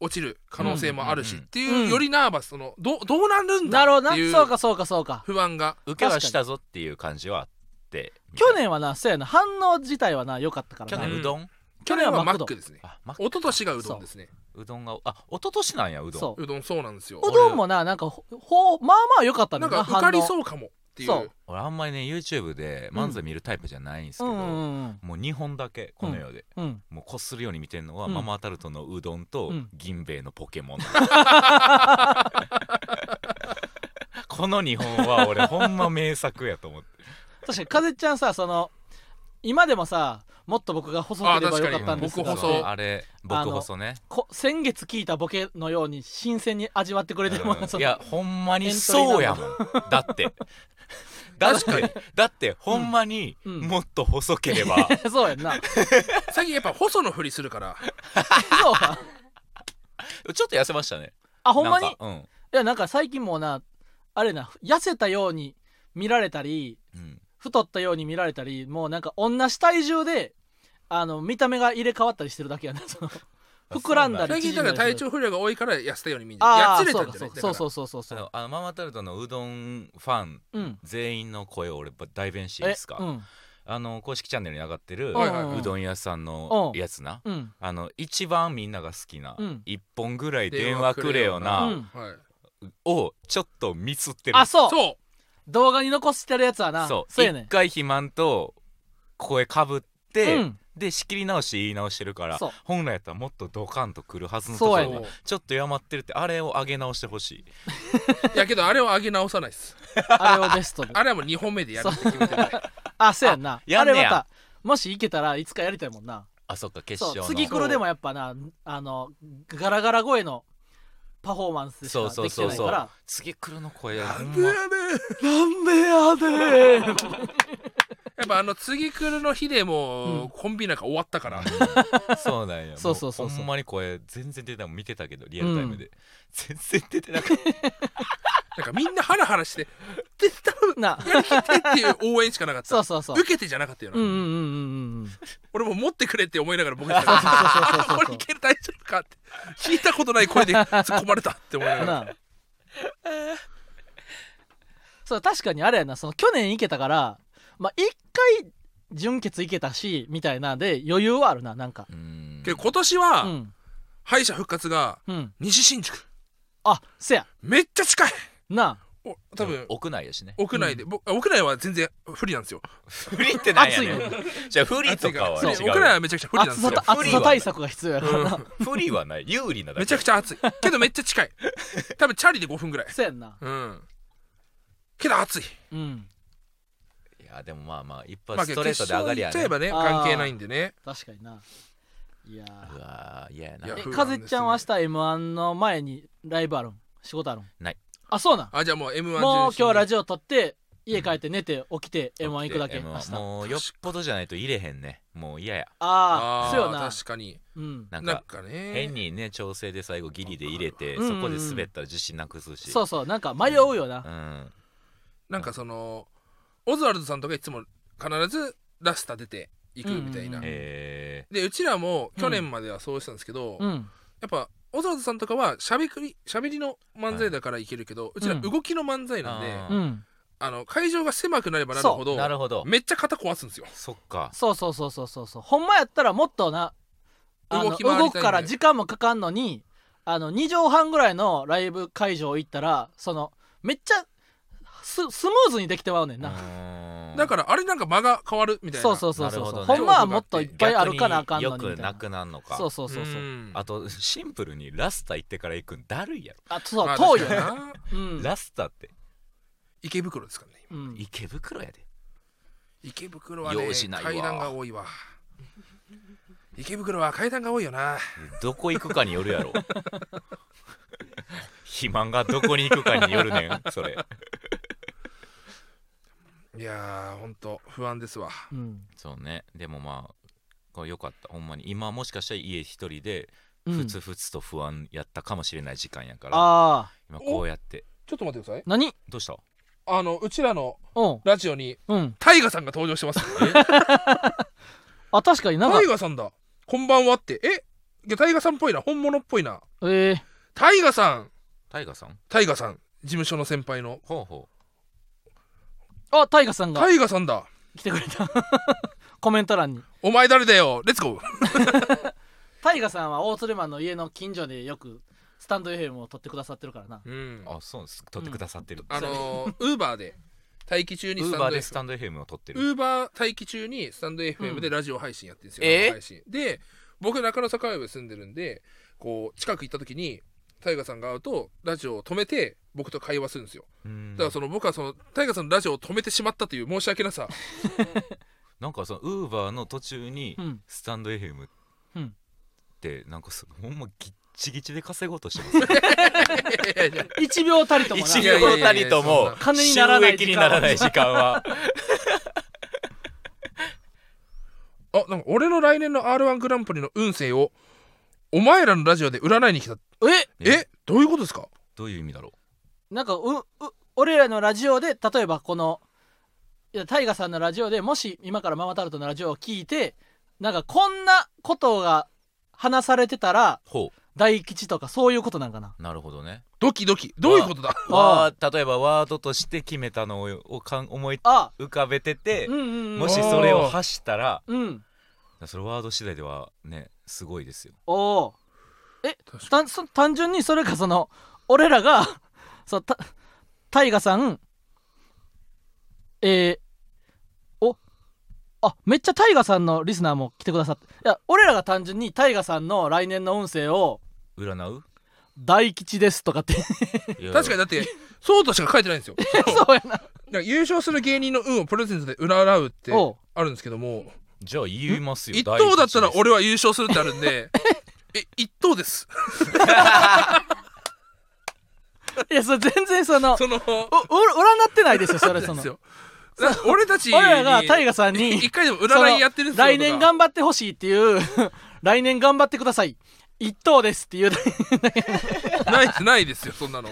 落ちる可能性もあるしうっんうんうんていううんよりナーバスそのどうどうなるーんなだるほどっなていうそうかそうかそうか不安が受けはしたぞっていう感じはあって去年はなせやな反応自体はな良かったから去な年うどん去去年年ははママクドックですねあま一昨年がうどんですねうどんがあ一昨年なんやうどんそうどんそうなんですようどんもななんかほほうまあまあ良かった俺ねなんか受かりそうかもっていそうう俺あんまりね YouTube で漫才見るタイプじゃないんですけうど、んうんもう2本だけこの世で、うんうんもうこするように見てるのは、うんママタルトのうどんと、うん銀兵衛のポケモンこの2本は俺ほんま名作やと思って確かに風ちゃんさその今でもさもっと僕が細ければよかったんですけどあ確かに僕細あれあ僕の細ねこ先月聞いたボケのように新鮮に味わってくれてるもんな、うんそいのやほんまにそうやもんだってだって確かにだってほんまにうんもっと細け れば、そうやんな最近やっぱ細のふりするからそうかちょっと痩せましたねあほんまにないかうんやなんか最近もうなあれな痩せたように見られたりうん太ったように見られたりもうなんか同じ体重であの見た目が入れ替わったりしてるだけやな その膨らんだり最近だから体調不良が多いから痩せたように見えるやあつあれそたうんかじゃそないうそうそううそうそうそのあのママタルトのうどんファンうん全員の声を俺ば代弁していいえですか、うんあの公式チャンネルに上がってるはいはいはいうどん屋さんのうんやつなうんあの一番みんなが好きなうん「一本ぐらい電話くれよなうん」はい、をちょっとミスってるあそうそう動画に残してるやつはなそうやね一ん回肥満と声かぶって、うんで仕切り直し言い直してるからそう本来やったらもっとドカンとくるはずのとそこうろやにねちょっとやまってるってあれを上げ直してほしいいやけどあれは上げ直さないですあれをベストであれはもう2本目でやるって決めてないあそうやんなあやあんねれやまたもし行けたらいつかやりたいもんなあそっか決そ勝うの次来るでもやっぱなあのガラガラ声のパフォーマンスでしそうかそうできそてうないそかうら次来るの声やなんでやなん ねんでやでーやっぱあの次来るの日でもうコンビなんか終わったから、そうなんやそうそうそうそうもほんまに声全然出てない見てたけどリアルタイムで、全然出てなかったなんかみんなハラハラして「で頼むなやりきって」っていう応援しかなかったそうそうそう受けてじゃなかったよな、うんうんうんうんうん俺も持ってくれって思いながら僕たちがそうそうそうそうこれいける大丈夫かって聞いたことない声で突っ込まれたって思いながらなあそう確かにあれやなその去年行けたからまあ一回純潔行けたしみたいなんで余裕はあるななんかうんけど今年うはん敗者復活がうん西新宿あせやめっちゃ近いなお多分屋内やし ね屋内で、僕屋内は全然不利なんですよ不利ってなんやねん暑じゃあ不利とかは暑違いからう屋内はめちゃくちゃ不あ利なん暑ですさよた暑さ対策が必要やからな不利はない有利なだけめちゃくちゃ暑いけどめっちゃ近い多分チャリで5分ぐらいせやんなうんけど暑いうんいやでもまあまあ一まあ発ストレートで上がりや決勝行っちゃえばねあー関係ないんでね確かにないやーうわー嫌やないやえ風かなんですぜねちゃんは明日 m 1の前にライブあるん仕事あるんないあそうなんあじゃあもう M1 もう今日ラジジオ撮って家帰って寝て起きて m 1行くだけも明日うもうよっぽどじゃないと入れへんねもう嫌やあああそーうよな確かにうんなんなんかかね変にね調整で最後ギリで入れてうんそこで滑ったら自信なくすしそうそうなんか迷うよなうんなんかそのオズワルドさんとかいつも必ずラスタ出ていくみたいな、うんえでうちらも去年まではそうしてたんですけど、うやんっぱオズワルドさんとかはしゃべくりしゃべりの漫才だからいけるけど、うちら動きの漫才なんで、うんうんあの会場が狭くなればなるほーどなるほどめっちゃ肩壊すんですよそっかそうそうそうそうそうそうほんまやったらもっとなあの動き回りたいん動でくから時間もかかんのにあの2畳半ぐらいのライブ会場行ったらそのめっちゃススムーズにできてまうねんな、だからあれなんか間が変わるみたいなそうそうそうそうなるほどねほんまはもっといっぱいあるからあかんのよにみくたいななくなんのかそうそうそうそう、んあとシンプルにラスタ行ってから行くんだるいやろあそう、まあ遠いよ確な、かになうんラスタって池袋ですからねうん、池袋やで池袋はね用事ないわ階段が多いわ池袋は階段が多いよなどこ行くかによるやろ 肥満がどこに行くかによるねんそれいやーほんと不安ですわうんそうねでもまあこれよかったほんまに今もしかしたら家一人でうんふつふつと不安やったかもしれない時間やから、ああ今こうやってちょっと待ってください何どうしたあのうちらのうんラジオにうんタイガさんが登場してますあ確かになんかタイガさんだこんばんはってえいやタイガさんっぽいな本物っぽいなええタイガさんタイガさんタイガさん事務所の先輩のほうほうあタイガさんがタイガさんだ来てくれた コメント欄にお前誰だよレッツゴータイガさんは大鶴マンの家の近所でよくスタンド FM を撮ってくださってるから なうんあそうです撮ってくださってる、あのーウーバーで待機中にウスータバンードでス F タンド FM を撮ってる、ウーバー待機中にスタンド FM でラジオ配信やってるんですよ、えー生配信で僕中野坂上部住んでるんでこう近く行った時にタイガさんが会うとラジオを止めて僕と会話するんですようんだからその僕はそのタイガさんのラジオを止めてしまったという申し訳な さなんかそのウーバーの途中にうんスタンド FM っうんてなんかそほんまギッチギチで稼ごうとしてますね1秒たりとも一いやいやいや秒たりそとんもな金にならない収益時に間はならない時間はあなんか俺の来年の r 1グランプリの運勢をお前らのラジオで占いに来たえええどういうことですか どういう意味だろうなんかうう俺らのラジオで例えばこのいやタイガさんのラジオでもし今からママタルトのラジオを聞いてなんかこんなことが話されてたらほう大吉とかそういうことなんかななるほどねドキドキどういうことだあわー例えばワードとして決めたのををかん思いあ浮かべててうんうんうんもしそれを発したらうんそれワード次第ではねすごいですよおおえ確たそ単純にそれかその俺らがそうたタイガさんえー、おあめっちゃタイガさんのリスナーも来てくださっていや俺らが単純にタイガさんの来年の運勢を占う大吉ですとかって確かにだってそうとしか書いてないんですよ そうやななんか優勝する芸人の運をプレゼントで占うっておうあるんですけどもじゃあ言いますよ一大吉等だったらです俺は優勝するってあるんでえ一等ですいやそれ全然そのそのおう占ってないですよそれそでのすよだから俺たちに俺らがタイガさんに一回でもその占いやってるんですよ来年とか頑張ってほしいっていう来年頑張ってください一等ですっていうないですないですよそんなの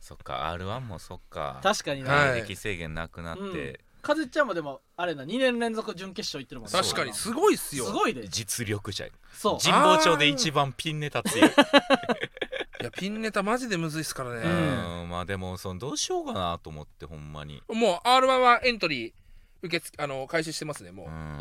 そっか R1 もそっか確かにな、はい利益制限なくなっうんて、かずっちゃんもでもあれな2年連続準決勝行ってるもんね確かにすごいっすすよごいで実力者そう神保町で一番ピンネタ強いいやピンネタマジでむずいっすからね、うんまあでもそのどうしようかなと思ってほんまにもう R1 はエントリー受け付けあの開始してますねもう、うんあ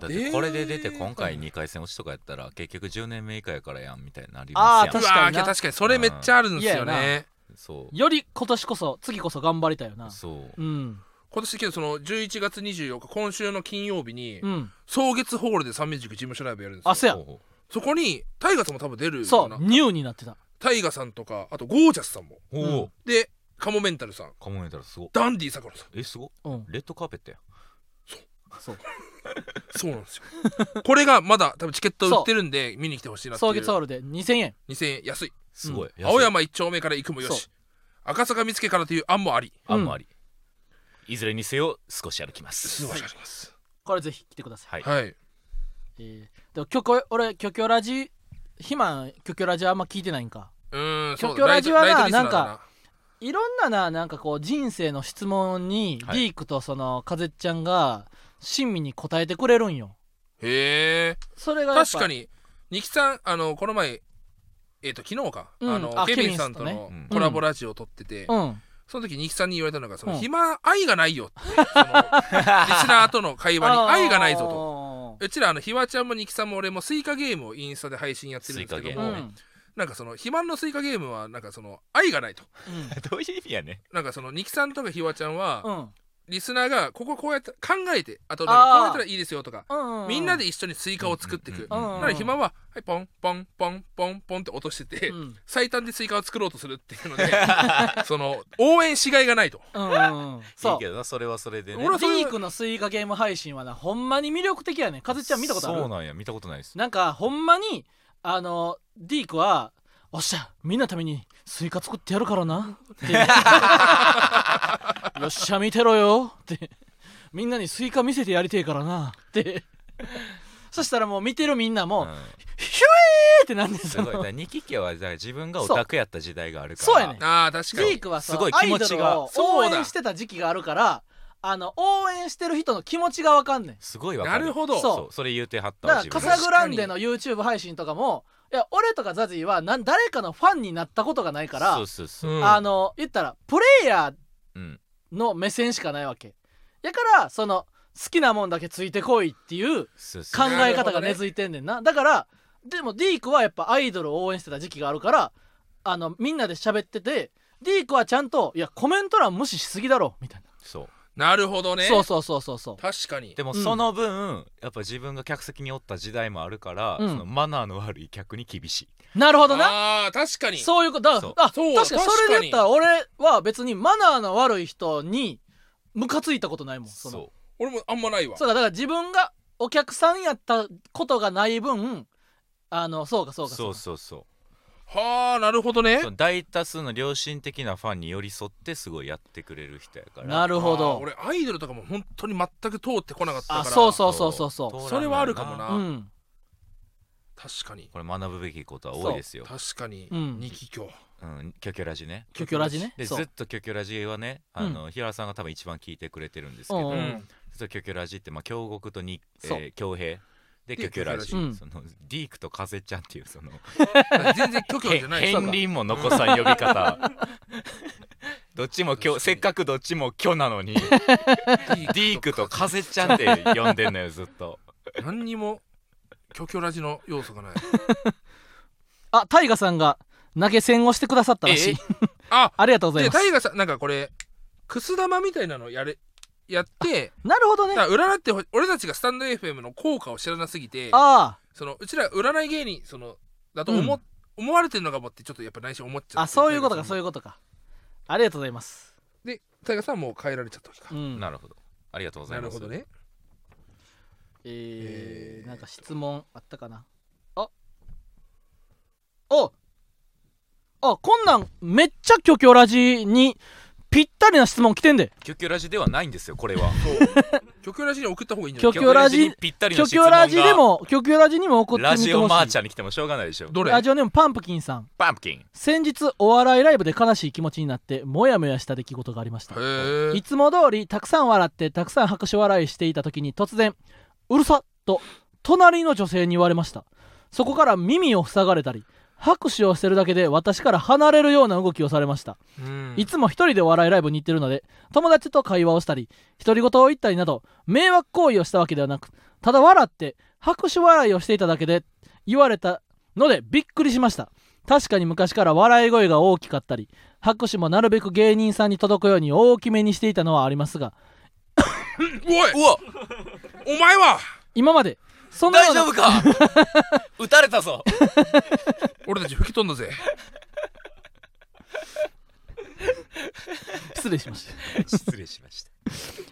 だーってこれで出てえー今回2回戦落ちとかやったら結局10年目以下やからやんみたいになりあーますやん確かにうなわー確かにそれめっちゃあるんですようんいやねそより今年こそ次こそ頑張りたいよなうそううん今年けどその11月24日今週の金曜日に、うん草月ホールで三名塾事務所ライブやるんですよあそうやほうほそこにタイガさんも多分出るそようなニューになってたタイガさんとかあとゴージャスさんもうおお、うんでカモメンタルさんカモメンタルすごいダンディさくらさんえすごいうんレッドカーペットやそうそうなん ですよこれがまだ多分チケット売ってるんで見に来てほしいなってい草う月ホールで2000円2000円安いすごい、安い青山一丁目から行くもよそうし赤坂見附からという案もありあんまり、いずれにせよ少し歩きますすごいありますこれぜひ来てください、はい、はいえーでも曲俺キョキョラジ肥満キョキョラジあんま聞いてないんかうーんキョそうキョラジはなライトリスナーなんかいろんなななんかこう人生の質問にデはいィークとそのカゼちゃんが親身に答えてくれるんよへえそれがやっぱ確かに二木さんあのこの前えっと昨日かうんああのケビンさんとケビンのさんとねコラボラジオを撮っててうんその時二木さんに言われたのがそうんの暇愛がない よっていうそのリスナーとの会話に愛がないぞととうちらあのひわちゃんもにきさんも俺もスイカゲームをインスタで配信やってるんですけどスイカゲーも、ムねなんかその肥満のスイカゲームはなんかその愛がないとどういう意味やねなんかそのにきさんとかひわちゃんは、うんうんリスナーがこここうやって考えてあとなんかこうやったらいいですよとかうんうみんなで一緒にスイカを作っていく、うんうだんからひまは、はい、ポンポンポンポンポンって落としてて、うん最短でスイカを作ろうとするっていうので その応援しがいがないとうんうんうんいそいうけどなそれはそれでね俺はそれリークのスイカゲーム配信はなほんまに魅力的やねカズちゃん見たことあるそうなんや見たことないですなんかほんまにあのディークは「おっしゃみんなのためにスイカ作ってやるからな」って よっしゃ見てろよ」ってみんなにスイカ見せてやりてえからな」ってそしたらもう見てるみんなもうん「ヒュエー!」ってなんですすごいだかよら二木家はだから自分がオタクやった時代があるからそうそうやねあー確かディーにクはさすごいア気イ持ドちルがをそ応うだ援してた時期があるからあの応援してる人の気持ちがわかんねんすごいわかなるるほどそうそうそれ言うてはったわだからカ自分サがグランデの YouTube 配信とかもいや俺とかザジーはなん誰かのファンになったことがないからそうそうそう、うんあの言ったらプレイヤうんーの目線しかないわけやからその好きなもんだけついてこいっていうそうそ考うえ方が根付いてんねんなだからでもディークはやっぱアイドルを応援してた時期があるからあのみんなで喋っててディークはちゃんと「いやコメント欄無視しすぎだろ」みたいな、そうなるほどねそうそうそうそうそう確かにでもうんその分、やっぱ自分が客席におった時代もあるから、うんそのマナーの悪い客に厳しいなるほどなあー確かにそういうことだからあそう確かにそうそれで言ったら俺は別にマナーの悪い人にムカついたことないもんそのそ俺もあんまないわそうかだから自分がお客さんやったことがない分あのそうかそううかそうかそうそうはあなるほどねその大多数の良心的なファンに寄り添ってすごいやってくれる人やからなるほあーど俺アイドルとかも本当に全く通ってこなかったからあそうそうそうそうそう通らんのやなそれはあるかもなうん確かにこれ学ぶべきことは多いですよ確かにうん二気教うんキョキョラジねキョキョラジねでそうずっとキョキョラジはねあの、平原さんが多分一番聞いてくれてるんですけど、うんずっとキョキョラジってまあ京極とに、えそうー、京平ででキョキョラジ、うんそのディークとカゼちゃんっていうその全然虚虚じゃない片鱗も残さん呼び 方どっちも今日せっかくどっちも今日なの にディークとカゼちゃんって呼んでんのよずっと何にも虚虚ラジの要素 がないあタイガさんが投げ銭をしてくださったらしいあありがとうございでますタイガさんなんかこれくす玉みたいなのやれやってなるほどねだから占ってほ俺たちがスタンド FM の効果を知らなすぎてあそのうちら占い芸人そのだと思,、思われてるのかもってちょっとやっぱ内心思っちゃああってそういうことかそういいううことかありがとうございますでタイガさんはもう変えられちゃったわけか、うん なるほどありがとうござないまるすほどねえーえーなんか質問あったかなあおあこんなんめっちゃ虚虚ラジにぴったりな質問来てんでキョキョラジではないんですよこれは そう虚虚ラジに送った方がいいんじゃ虚ないキョラジキョキョにぴったり虚の質問虚がラジでも虚虚ラジにも送ってみてラほしいジオマーちゃんに来てもしょうがないでしょどれラジオネームパンプキンさんパンプキン先日お笑いライブで悲しい気持ちになってモヤモヤした出来事がありましたへえいつも通りたくさん笑ってたくさん拍手笑いしていた時に突然「うるさ!」と隣の女性に言われましたそこから耳を塞がれたり拍手をしてるだけで私から離れるような動きをされましたうんいつも一人でお笑いライブに行ってるので友達と会話をしたり独り言を言ったりなど迷惑行為をしたわけではなくただ笑って拍手笑いをしていただけで言われたのでびっくりしました確かに昔から笑い声が大きかったり拍手もなるべく芸人さんに届くように大きめにしていたのはありますがおいうわお前は今までそんなよ大うな丈夫か 撃たれたぞ俺たち吹き飛ん だぜ失礼しました失礼しました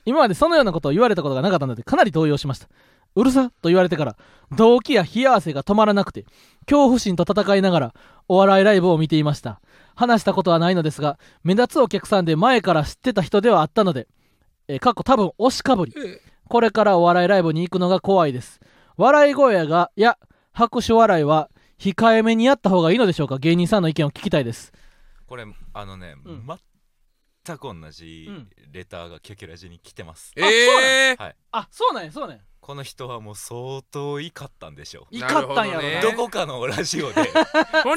今までそのようなことを言われたことがなかったのでかなり動揺しましたうるさと言われてから動悸や冷や汗が止まらなくて恐怖心と戦いながらお笑いライブを見ていました話したことはないのですが目立つお客さんで前から知ってた人ではあったのでえーかっこ多分推しかぶりえこれからお笑いライブに行くのが怖いです笑い声がいや拍手笑いは控えめにやった方がいいのでしょうか芸人さんの意見を聞きたいですこれあのね、うん全く同じうんレターがキョキョラジに来てます、ええはいあそうなんやそうなんやこの人はもう相当怒ったんでしょういかったんやろなるほどねこかのラジオで と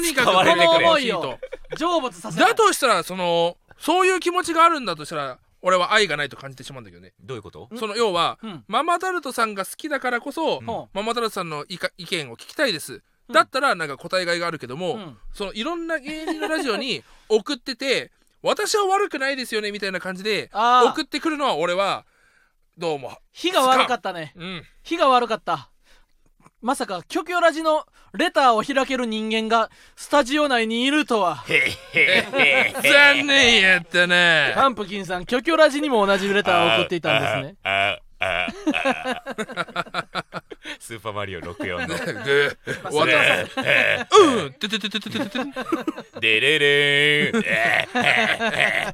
にかく使われてくれこの思いを成仏させだとしたらそのそういう気持ちがあるんだとしたら俺は愛がないと感じてしまうんだけどね どういうことその要はうんママタルトさんが好きだからこそ、うんほママタルトさんの意か意見を聞きたいですうんだったらなんか答えがいがあるけども、うんそのいろんな芸人のラジオに 送ってて私は悪くないですよねみたいな感じであー送ってくるのは俺はどうも火が悪かったねうん火が悪かったまさか虚虚ラジのレターを開ける人間がスタジオ内にいるとは 残念やっ たねパンプキンさん虚虚ラジにも同じレターを送っていたんですねあーあーあーあースーパーマリオ64の で終わったええうんててててててててデレレーンえ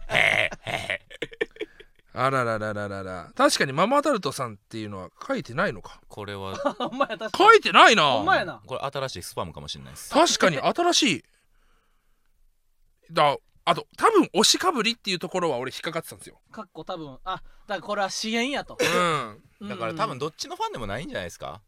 ーあらららららら確かにママタルトさんっていうのは書いてないのかこれはほんまや確か書にいてないなほんまやなこれ新しいスパムかもしれないです確かに新しいだあと多分押しかぶりっていうところは俺引っかかってたんですよ、かっこ多分あだからこれは支援やとうん、だから多分どどっちのファンでもないんじゃないですか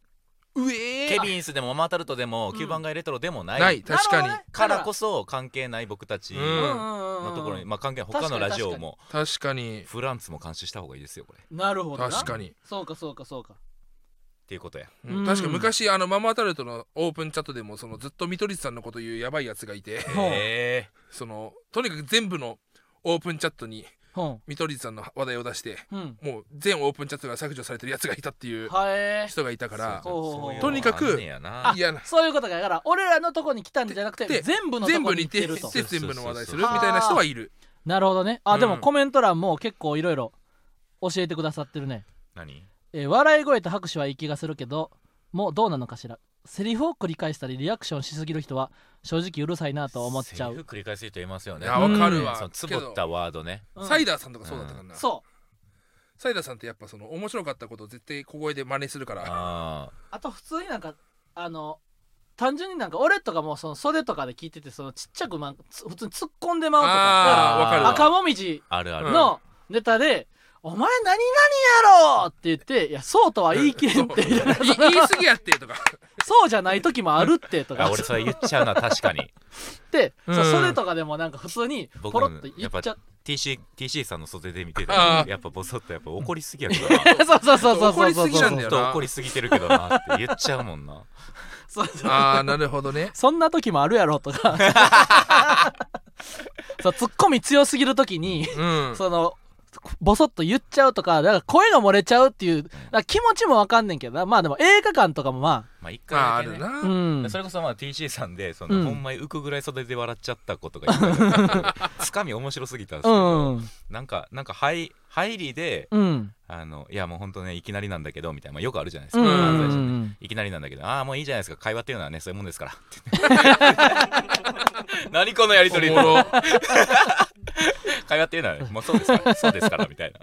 うえケビンスでもママタルトでもうん9番街レトロでもないない確かに、からこそ関係ない僕たちそののところにまあ関係ない他のラジオも確かにフランツも監視した方がいいですよこれっなるほどな確かに、そうかそうかそうかていうことやうんうん確か昔あのママタルトのオープンチャットでもそのずっと見取り図さんのこと言うやばいやつがい てほうえそのとにかく全部のオープンチャットにほ見取り図さんの話題を出してううんもう全オープンチャットが削除されてるやつがいたっていうはえー人がいたからそうほうとにかくあいやなそういうことかだから俺らのとこに来たんじゃなくてで全部のと全こ部にに行って手ると施設全部の話題するみそうそうそうたいな人はいるなるほどねあ、うんでもコメント欄も結構いろいろ教えてくださってるね、何えー笑い声と拍手はいい気がするけどもうどうなのかしらセリフを繰り返したりリアクションしすぎる人は正直うるさいなと思っちゃセう、リフ繰り返す人いますよねいやわかるわうんそのつぼったワードねうんサイダーさんとかそうだったからな、そうサイダーさんってやっぱその面白かったことを絶対小声で真似するからああと普通になんかあの単純になんか俺とかもその袖とかで聞いててそのちっちゃく、まあ、つ普通に突っ込んでまうとかあーわだかかるらわ赤もみじーあるあるのネタで、 「お前何々やろ!」って言って「いやそうとは言い切れん」ってそういいや言い過ぎやってとかそうじゃない時もあるってとかあ俺それ言っちゃうな確 かにって、うんそうそれとかでもなんか普通に僕ポロもッと言やっっちゃぱう TC, TC さんの袖で見てあたーやっぱボソッとやっぱ怒りすぎやけど そなうそうそうそう怒そうりそすうぎなそうんだよちょっと怒りすぎてるけどなって言っちゃうもんな そうああなるほどねそんな時もあるやろとかそうツッコミ強すぎる時にうんそのボソッと言っちゃうとかだから声が漏れちゃうっていうだから気持ちもわかんねんけどなまあでも映画館とかもままあ一回まああだけ、ねる、な、あうんでそれこそまあ TC さんでその、うんほんまに浮くぐらい袖で笑っちゃったことが一回あってつかみ面白すぎたんですけうど、んなんかなんか入入りでうんあのいやもう本当ねいきなりなんだけどみたいな、まあ、よくあるじゃないですうか、んん犯罪う者でんいきなりなんだけどああもういいじゃないですか会話っていうのはねそういうもんですから って何このやりお取りもろ会話っていうのはねもうそうですからそうですからみたいな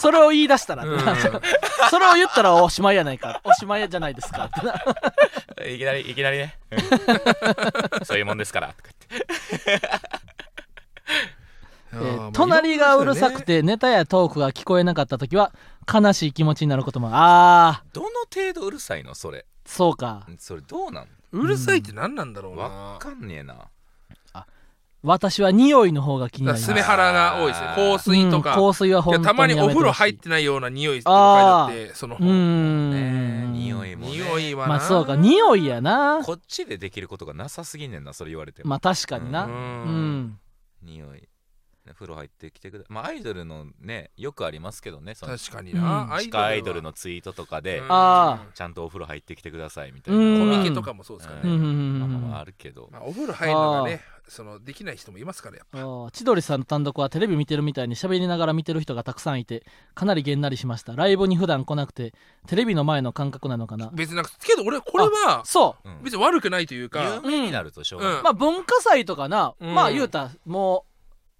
それを言い出したら、うん それを言ったらおしまいやないかおしまいじゃないですかってないきなりいきな りねそういうもんですからとか言ってい えやーまーあ隣がうるさくてネタやトークが聞こえなかった時は悲しい気持ちになることもああどの程度うるさいのそれそうかそれどうなんうるさいって何なんだろうわなかんねえな私は匂いの方が気になりますすめはらが多いですね香水とかうん香水はい本当やにたまやにめおてほしい風呂入ってないような匂いって書いてあってそのうーねえん匂いもね匂いはな、まあそうか匂いやなこっちでできることがなさすぎんねんなそれ言われても、まあ確かにう、なうんん匂い風呂入ってきてくだまあアイドルのねよくありますけどねその地確かにな、うんアイド下ルはアイドルのツイートとかで、うんあちゃんとお風呂入ってきてくださいみたいうんなコこれミはケとかもそうですからうね、んうんまあうんまうあんまああるけど、まあ、お風呂入るのがねそのできない人もいますからやっぱああ千鳥さんの単独はテレビ見てるみたいに喋りながら見てる人がたくさんいてかなりげんなりしましたライブに普段来なくてテレビの前の感覚なのかな別になんかけど俺これはそうん別に悪くないという有か、名になるとしょうがない、 うまあ文化祭とかな、うんまあ言うたらもう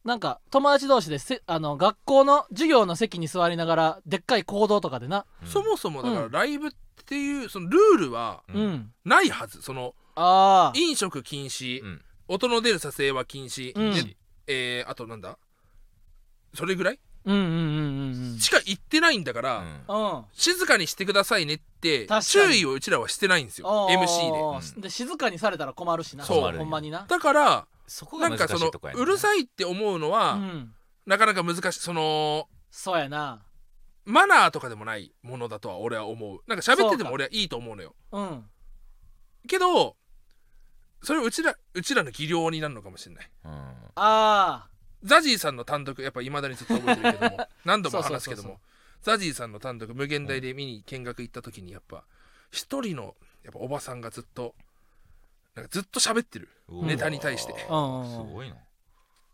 なんか友達同士でせあの学校の授業の席に座りながらでっかい行動とかでなうんそもそもだかうらんライブっていうそのルールはうん、ないはずそのああ飲食禁止、うん音の出る撮影は禁止、うんでえー、あとなんだそれぐらいうんうんうんうんうんしか言ってないんだから、うんうん静かにしてくださいねって確かに注意をうちらはしてないんですよああ MC ででうんで静かにされたら困るしなそうほんまになだからそこながん難しかそいのとこやねうるさいって思うのは、うんなかなか難しいそのそうやなマナーとかでもないものだとは俺は思うなんか喋ってても俺はいいと思うのようんけどそれうちらうちらの技量になるのかもしれないうんああザジーさんの単独やっぱいまだにずっと覚えてるけど も何度も話すけどそうそうそうもザジーさんの単独無限大で見に見学行った時にやっぱ一人のやっぱおばさんがずっとなんかずっと喋ってるうわネタに対してすうんごいな、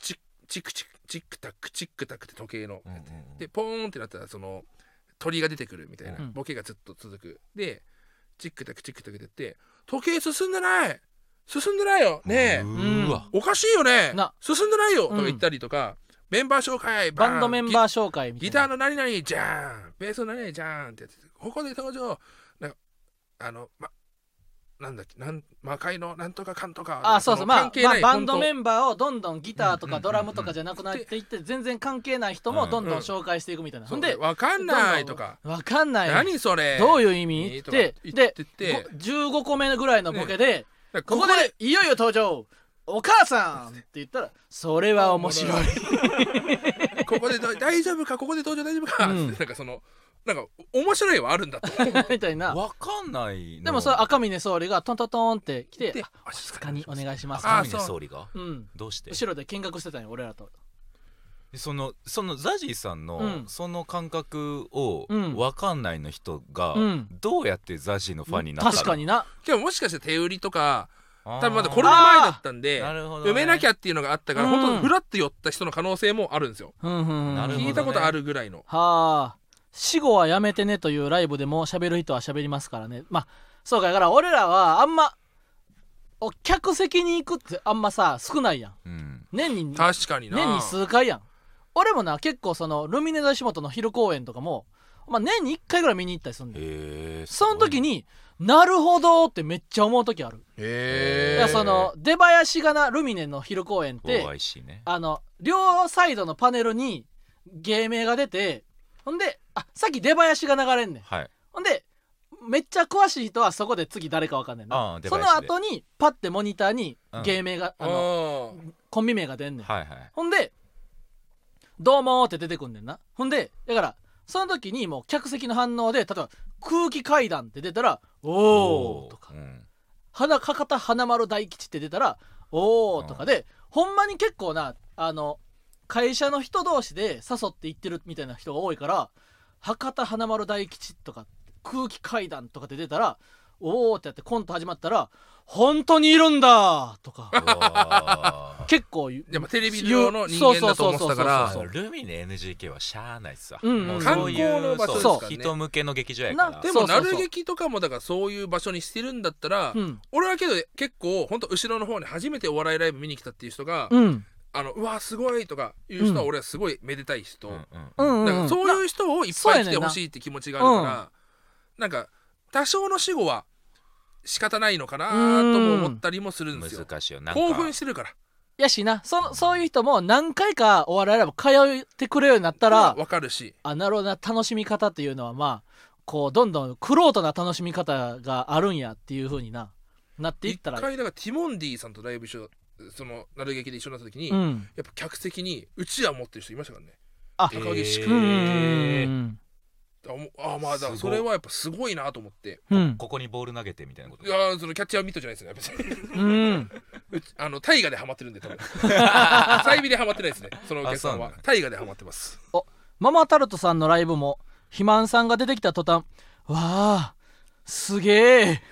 チクチクチックタックチックタックって時計のうんうんうんでポーンってなったらその鳥が出てくるみたいな、うんボケがずっと続くでチックタクチックタクって言って時計進んでない進んでないよねえうーわわ、おかしいよねな進んでないよとうかん言ったりとか、メンバー紹介バンドメンバー紹介ギみギたタいーなの何々じゃんベースの何々じゃんってやっててここで登場なんかあのまなんだっけなん魔界のなんとかかんとかあそうそうまあ関係ないまあバンド本当メンバーをどんどんギターとうんうんうんうかドんラムとかじゃなくなっていって全然関係ない人もどんどん紹介していくみたいなそほうんででわかんないとかわかんない何それどういういう意味っとかて言っでててご15個目ぐらいのボケでなんかここでいよいよ登場お母さんって言ったらそれは面白い ここでど大丈夫かここで登場大丈夫か、うんなんかそのなんか面白いはあるん だとみたいなわかんないのでもそれ赤峰総理がトントントンって来てで「あ静かにお願いします」あ赤そう峰総理がうんどうして後ろで見学してたんよ俺らとそのそのザジーさんの、うんその感覚をうんわかんないの人が、うんどうやってザジーのファンになったの確かになでももしかして手売りとか多多分まだコれロナ前だったんでなるほどね埋めなきゃっていうのがあったから、うん本当にフラッと寄った人の可能性もあるんですよ、うんうんうんなるほどね聞いたことあるぐらいのはあ死後はやめてねというライブでも喋る人は喋りますからねまあそうかだから俺らはあんまお客席に行くってあんまさ少ないやんうん年に確かにな年に数回やん俺もな結構そのルミネ大志元の昼公演とかも、まあ、年に1回ぐらい見に行ったりするんでへえその時になるほどってめっちゃ思う時ある、へえいやその出囃子がなルミネの昼公演っでておいしいねあの両サイドのパネルに芸名が出てほんであさっき出囃子が流れんねんはいほんでめっちゃ詳しい人はそこで次誰かわかんねんなああ出囃子そでの後にパッてモニターにうん芸名が、ああのーコンビ名が出んねんはいはいほんで「どうも」って出てくんねんなほんでだからその時にもう客席の反応で例えば「空気階段」って出たら「おー」とかうん「花博多花丸大吉」って出たら「おー」とかで、ほんまに結構なあの会社の人同士で誘って行ってるみたいな人が多いから「博多花丸大吉」とか「空気階段」とかで出たら「おー」ってやってコント始まったら「本当にいるんだ」とか うわ結構言うやっぱテレビ上の人間だと思ってたかそうそうそうそうらそうールミネ NGK はしゃあないっすわ、うんもうそうい観う光の場所ですそうからね人向けの劇場やからなでそもうそうなそうる劇とかもだからそういう場所にしてるんだったらうん俺はけど結構ほんと後ろの方に初めてお笑いライブ見に来たっていう人がうんあのうわすごいとかいう人は俺はすごいめでたい人、ううんんだからそういう人をいっぱい来てほしいって気持ちがあるから、なんか多少の死後は仕方ないのかなとも思ったりもするんですよ難しいよなんか興奮してるからやしなそのそういう人も何回かお笑いライブ通ってくれるようになったら、わかるしあなるほどな楽しみ方っていうのはまあこうどんどんクロートな楽しみ方があるんやっていう風にななっていっ一たら回だからティモンディさんとライブ一緒そのなる劇で一緒になった時に、うやんっぱ客席にうちわ持ってる人いましたからねあ高岸うんう君、んえーあもうあまあだからすそごいれはやっぱすごいなと思ってうんうんここにボール投げてみたいなこといやーそのキャッチャーミットじゃないですね別 にうんうちあの大河でハマってるん で多分細微でハマってないですねそのお客さんあはそうなん大河でハマってますママタルトさんのライブも肥満さんが出てきた途端「わあすげえ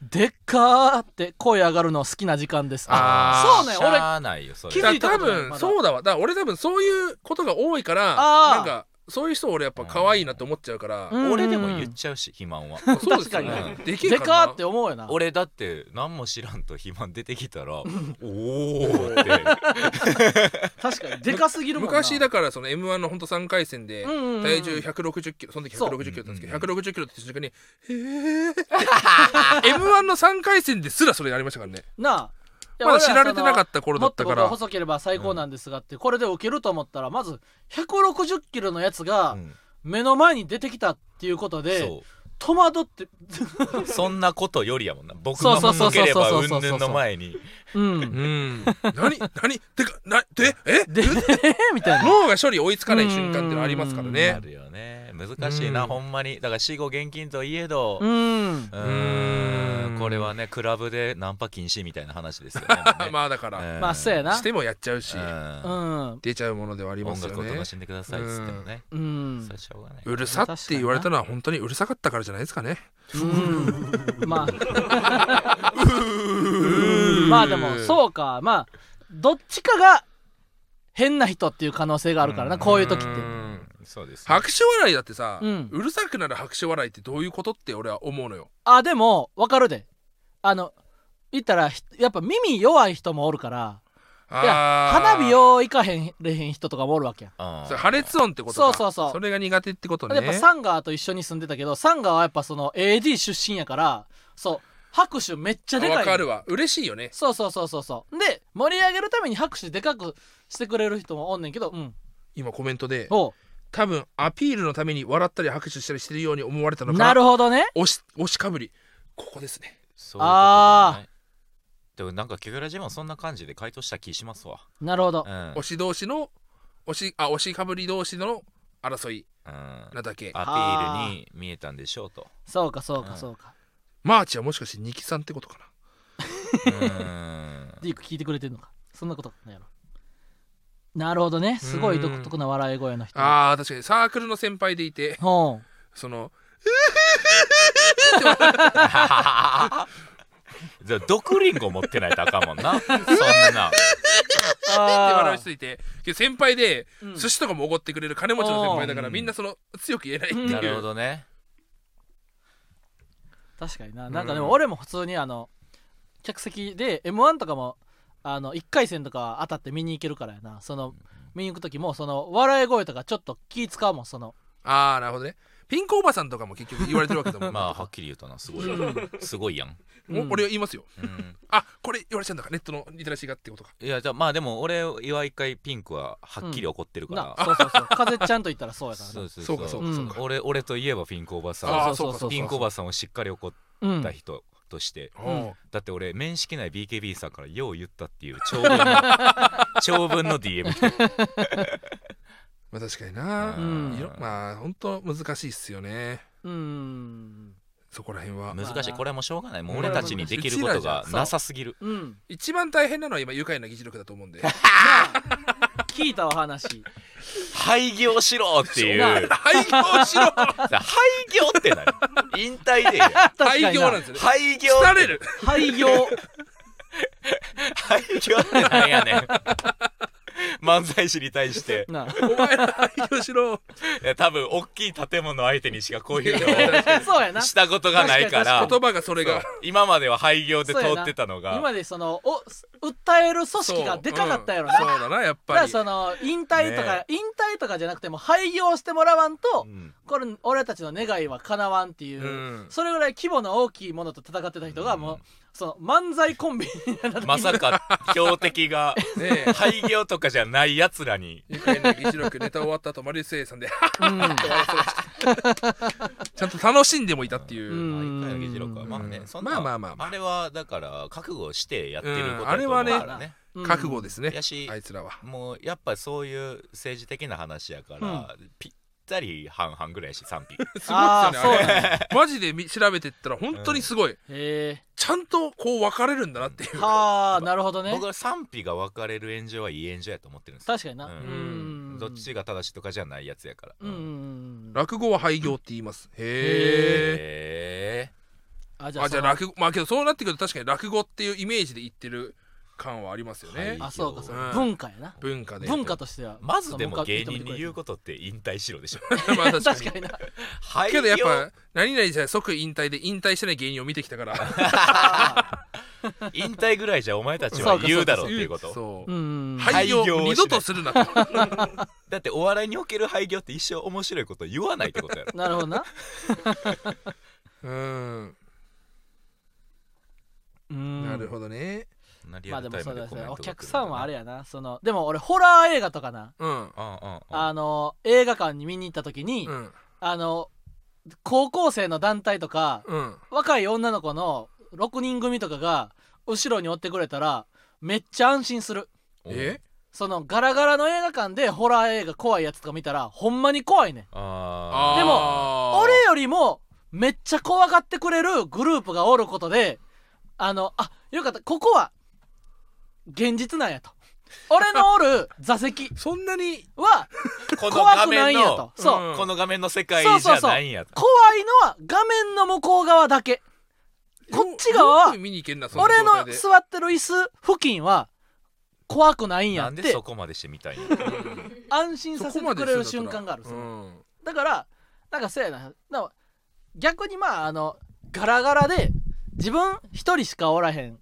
でっかー」って声上がるの好きな時間ですああそうーねし俺ゃあないよそれ気づいたことないまだだから多分そうだわだから俺多分そういうことが多いからあーなんかそういう人俺やっぱ可愛いなって思っちゃうから、うん俺でも言っちゃうし肥満はそうですよ確かにできでるかかーなって思うよな 俺だって何も知らんと肥満出て きたらおーって確かにでかすぎるもんな昔だからその m 1のほんと3回戦でうんうんうん体重160キロその時そう160キロだったんですけどうん160キロって瞬間に「へえ」m 1の3回戦ですらそれやりましたからねなあいやまだ俺知られてなかったその頃だったからもっと僕は細ければ最高なんですがって、これで受けると思ったらまず160キロのやつがうん目の前に出てきたっていうことで、そ戸惑ってうそんなことよりやもんな僕そのうそうそう向そうければそううそんうそうぬんの前にうん何何てかなでえ で みたいな脳が処理追いつかない瞬間ってのありますからなねるよね難しいなうんほんまにだから死後現金といえどうんうーうんんこれはねクラブでナンパ禁止みたいな話ですよねもう ねまあだからうんまあそうやなしてもやっちゃうしううんん出ちゃうものではありま音すよ楽をね楽しんでくださいっつってもねうんそれはしょうがないうるさって言われたのは本当にうるさかったからじゃないですかねうんまあまあでもそうかまあどっちかが変な人っていう可能性があるからな、うんこういう時ってうんそうですね拍手笑いだってさ、ううんるさくなる拍手笑いってどういうことって俺は思うのよあでもわかるであの言ったらひやっぱ耳弱い人もおるからいやあー花火よう行かへんれへん人とかもおるわけやんうんそれ破裂音ってことかそうそうそうそれが苦手ってことねやっぱサンガーと一緒に住んでたけどサンガーはやっぱその AD 出身やからそう拍手めっちゃでかいわかるわ嬉しいよねそうそうそうそうそうで盛り上げるために拍手でかくしてくれる人もおんねんけどうん今コメントでお多分アピールのために笑ったり拍手したりしてるように思われたのかなるほどね押し押しかぶりここですねそういうことじゃないあでもなんかキグラジもそんな感じで回答した気しますわなるほどう、ん押し同士の押しあ押しかぶり同士の争いうんなだけアピールに見えたんでしょうとそうかそううかんそうか、マーチはもしかして二木さんってことかなうーん ディーク聞いてくれてんのかそんなことないやろなるほどねすごい独特な笑い声の人あー確かにサークルの先輩でいて ほうそのじゃあ毒リンゴ持ってないとあかんもんなそんなってあ笑う人いてけど先輩でうん寿司とかもおごってくれる金持ちの先輩だからうんみんなその強く言えないってうんなるいほうどね確かになうんなんかでも俺も普通にあの客席で m 1とかもあの1回戦とか当たって見に行けるからやなその見に行く時もその笑い声とかちょっと気使うもんそのああなるほどねピンクおばさんとかも結局言われてるわけだもん まあはっきり言うとなすごいすごいやん、お俺は言いますようん、あこれ言われちゃうんだからネットのリテラシーがってことかいやじゃあまあでも俺は一回ピンクははっきり怒ってるから、なそうそう そう風ちゃんと言ったらそうやからそなうそうそそううかそうかそうか俺俺といえばピンクおばさんああそそううそうかそそううかピンクおばさんをしっかり怒っうんた人として、おうだって俺面識ない BKB さんから「よう言った」っていう長文の長文の DM 来てまあ確かにな、うんいろまあ本当難しいっすよねうんそこら辺は難しいこれはもうしょうがないもうまあ俺たちにできることがなさすぎるうん一番大変なのは今愉快な議事録だと思うん で聞いたお話廃業しろっていそうなう 廃業しろ廃業って何引退でいいやん確か 廃に業なんですよね廃業廃れる廃業廃業ってなんやねん漫才師に対してなお前ら廃業しろいや多分大きい建物相手にしかこういうのあ そうやをなしたことがないから言葉がそれが今までは廃業で通ってたの今がまでそのお訴える組織がでかかったやろな、そううんそうだなやだっかぱらりその引退とか、ね引退とかじゃなくても廃業してもらわんと、うんこれ俺たちの願いは叶わんっていう、うんそれぐらい規模の大きいものと戦ってた人がもう、うんその漫才コンビになった時にまさか標的がねえ廃業とかじゃないやつらに愉快な議事録ネタ終わった後マリウス A さんでうん ちゃんと楽しんでもいたっていう、うんまあ一回の議事録はまあねそんなまあまあまあまあれはだから覚悟してやってることうんあれはねだと思うからねうん覚悟ですねやしあいつらはもうやっぱそういう政治的な話やからぴったり半々ぐらいやし賛否すごいっすよねあーそうなんあれマジでみ調べてったら本当にすごい、へちゃんとこう分かれるんだなっていうえはあなるほどね僕は賛否が分かれる炎上はいい炎上やと思ってるんですよ確かになううんん、どっちが正しいとかじゃないやつやからうん、うんうんうん落語は廃業って言いますへえへえあじあじゃそのあ落語まあけどそうなってくると確かに落語っていうイメージで言ってる感はありますよね、はいあそうかそううかん文化やな文化で文化としてはまずでも芸人 に言うこことって引退しろ でしょ まあ確かに確かになはいけどやっぱ何々じゃ即引退で引退してない芸人を見てき たからあ引退ぐらいじゃお前たちは言うだろうっていうこ とそうーうん廃業廃業をしない二度とするなとだってお笑いにおける廃業って一生面白いこと言わないってことや ろなるほどな うんうん なるほどねまあでもそうだね。お客さんはあれややな。そのでも俺ホラー映画とかな。うんあああの映画館に見に行った時に、うんあの高校生の団体とかうん若い女の子の6人組とかが後ろに追ってくれたらめっちゃ安心する。えそのガラガラの映画館でホラー映画怖いやつとか見たらほんまに怖いねん。あでもも俺よりもめっちゃ怖がってくれるグループがおることであのあよかったここは現実なんやと俺のおる座席そんなにはーこの怖画くない面んやのとそう、うんこの画面の世界じゃないんやと怖いのは画面の向こう側だけこっち側はよく見に行けんなそんな俺状態ので座ってる椅子付近は怖くないんやなっんでてそこまでしてみた いんや安心させそてこまでくれる瞬間があるすんだったらうんだからなんかそうやなだから逆にまああのガラガラで自分一人しかおらへん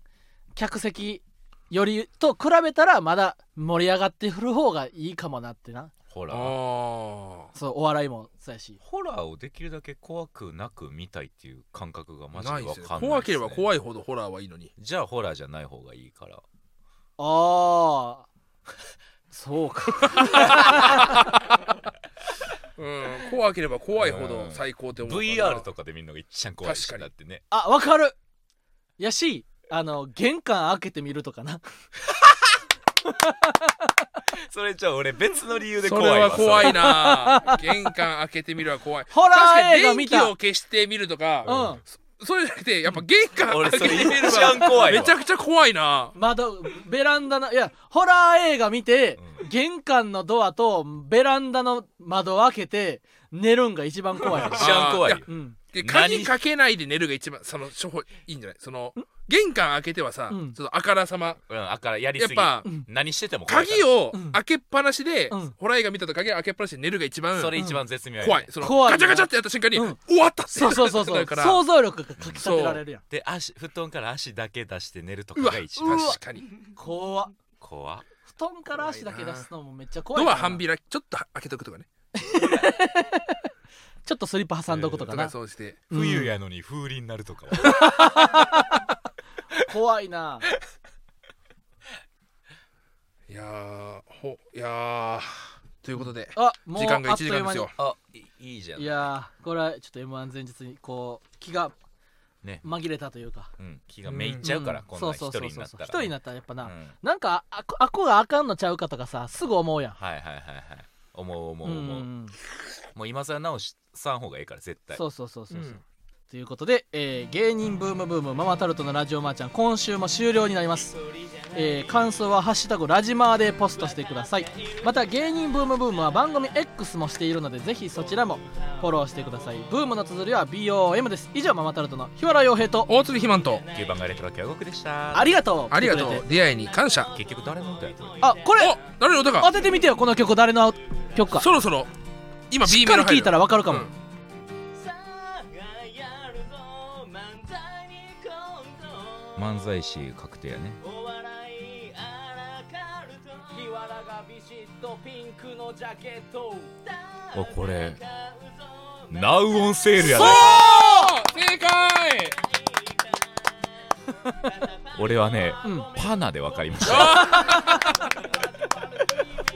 客席よりと比べたらまだ盛り上がって振る方がいいかもなってなホラーあそうお笑いもそうやしホラーをできるだけ怖くなく見たいっていう感覚があマジでないわですねかんない怖ければい怖いほどホラーはいいのにじゃあホラーじゃない方がいいからああそうかうん怖ければ怖いほど最高って思うから VR とかで見るのが一番怖いし確かにだってねあわかるやしあの玄関開けてみるとかなそれじゃあ俺別の理由でそ怖れいわは怖いなな玄関開けてみるは怖いホラ確ーか映に画電見気たを消してみるとか、うんそういうじゃなくてやっぱ玄関俺開そけれてみる一は番怖いわめちゃくちゃ怖いな窓ベランダのいやホラー映画見て、うん玄関のドアとベランダの窓を開けて寝るんが一番 怖い一番怖いよあーうんで何鍵かけないで寝るが一番その処方いいんじゃないその玄関開けてはさ、うんちょっとあからさまうんあからやりやっすぎぱうん何してても怖いから鍵をうん開けっぱなしで、うんホラー映画見たと鍵開けっぱなしで寝るが一番それ一番絶妙やね怖いその怖いガチャガチャってやった瞬間に、うん終わったってそうそうそうなそるうから想像力がかき立てられるやんで足布団から足だけ出して寝るとかうわが一番うわ確かに怖っ怖っ布団から足だけ出すのもめっちゃ怖いドなア半開きちょっと開けとくとかねちょっとスリッパ挟んどくとかな、そうして冬やのに風鈴になるとかは怖いないやーほいやーということであもう時間があ1っと時いう間で間すによあいいいじゃんいやーこれはちょっと m 1前日にこう気がね紛れたというかうん、気がめいっちゃうから、んこんそな一うそ人うそうにそうなったら一人になったらやっぱな、うんなんかあこあこがあかんのちゃうかとかさすぐ思うやんはいはいはいはい思う思ううん思う、もう今更直しさん方がいいから絶対そうそうそうそうそう、うんということで、えー芸人ブームブームママタルトのラジオマーちゃん今週も終了になります、えー感想は「ハッシュタグラジマー」でポストしてくださいまた芸人ブームブームは番組 X もしているのでぜひそちらもフォローしてくださいブームの綴りは BOM です以上ママタルトの日原洋平と大鶴ひまんと9番がレトロ共和国でしたありがとうありがと来てくうれて出会いに感謝結局誰の歌やったのあこれお誰の歌当かててみてよこの曲誰の曲かそろそろ今 B しっメかロり聞入るいたらわかるかも、うんさあやるぞ漫才にコント漫才師確定やねお笑いアラカルト日わらがビシッとピンクのジャケットおこれ戦うぞナウオンセールやそでう正解 俺はね、うんパナで分かりました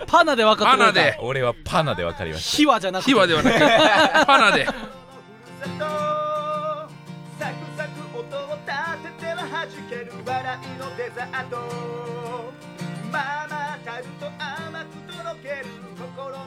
パナで分かってくれたパナで俺はパナで分かりまし秘話じゃなくて秘話ではな くパナでサクサク音を立てては弾ける笑いのデザートママタルト甘くとろける心の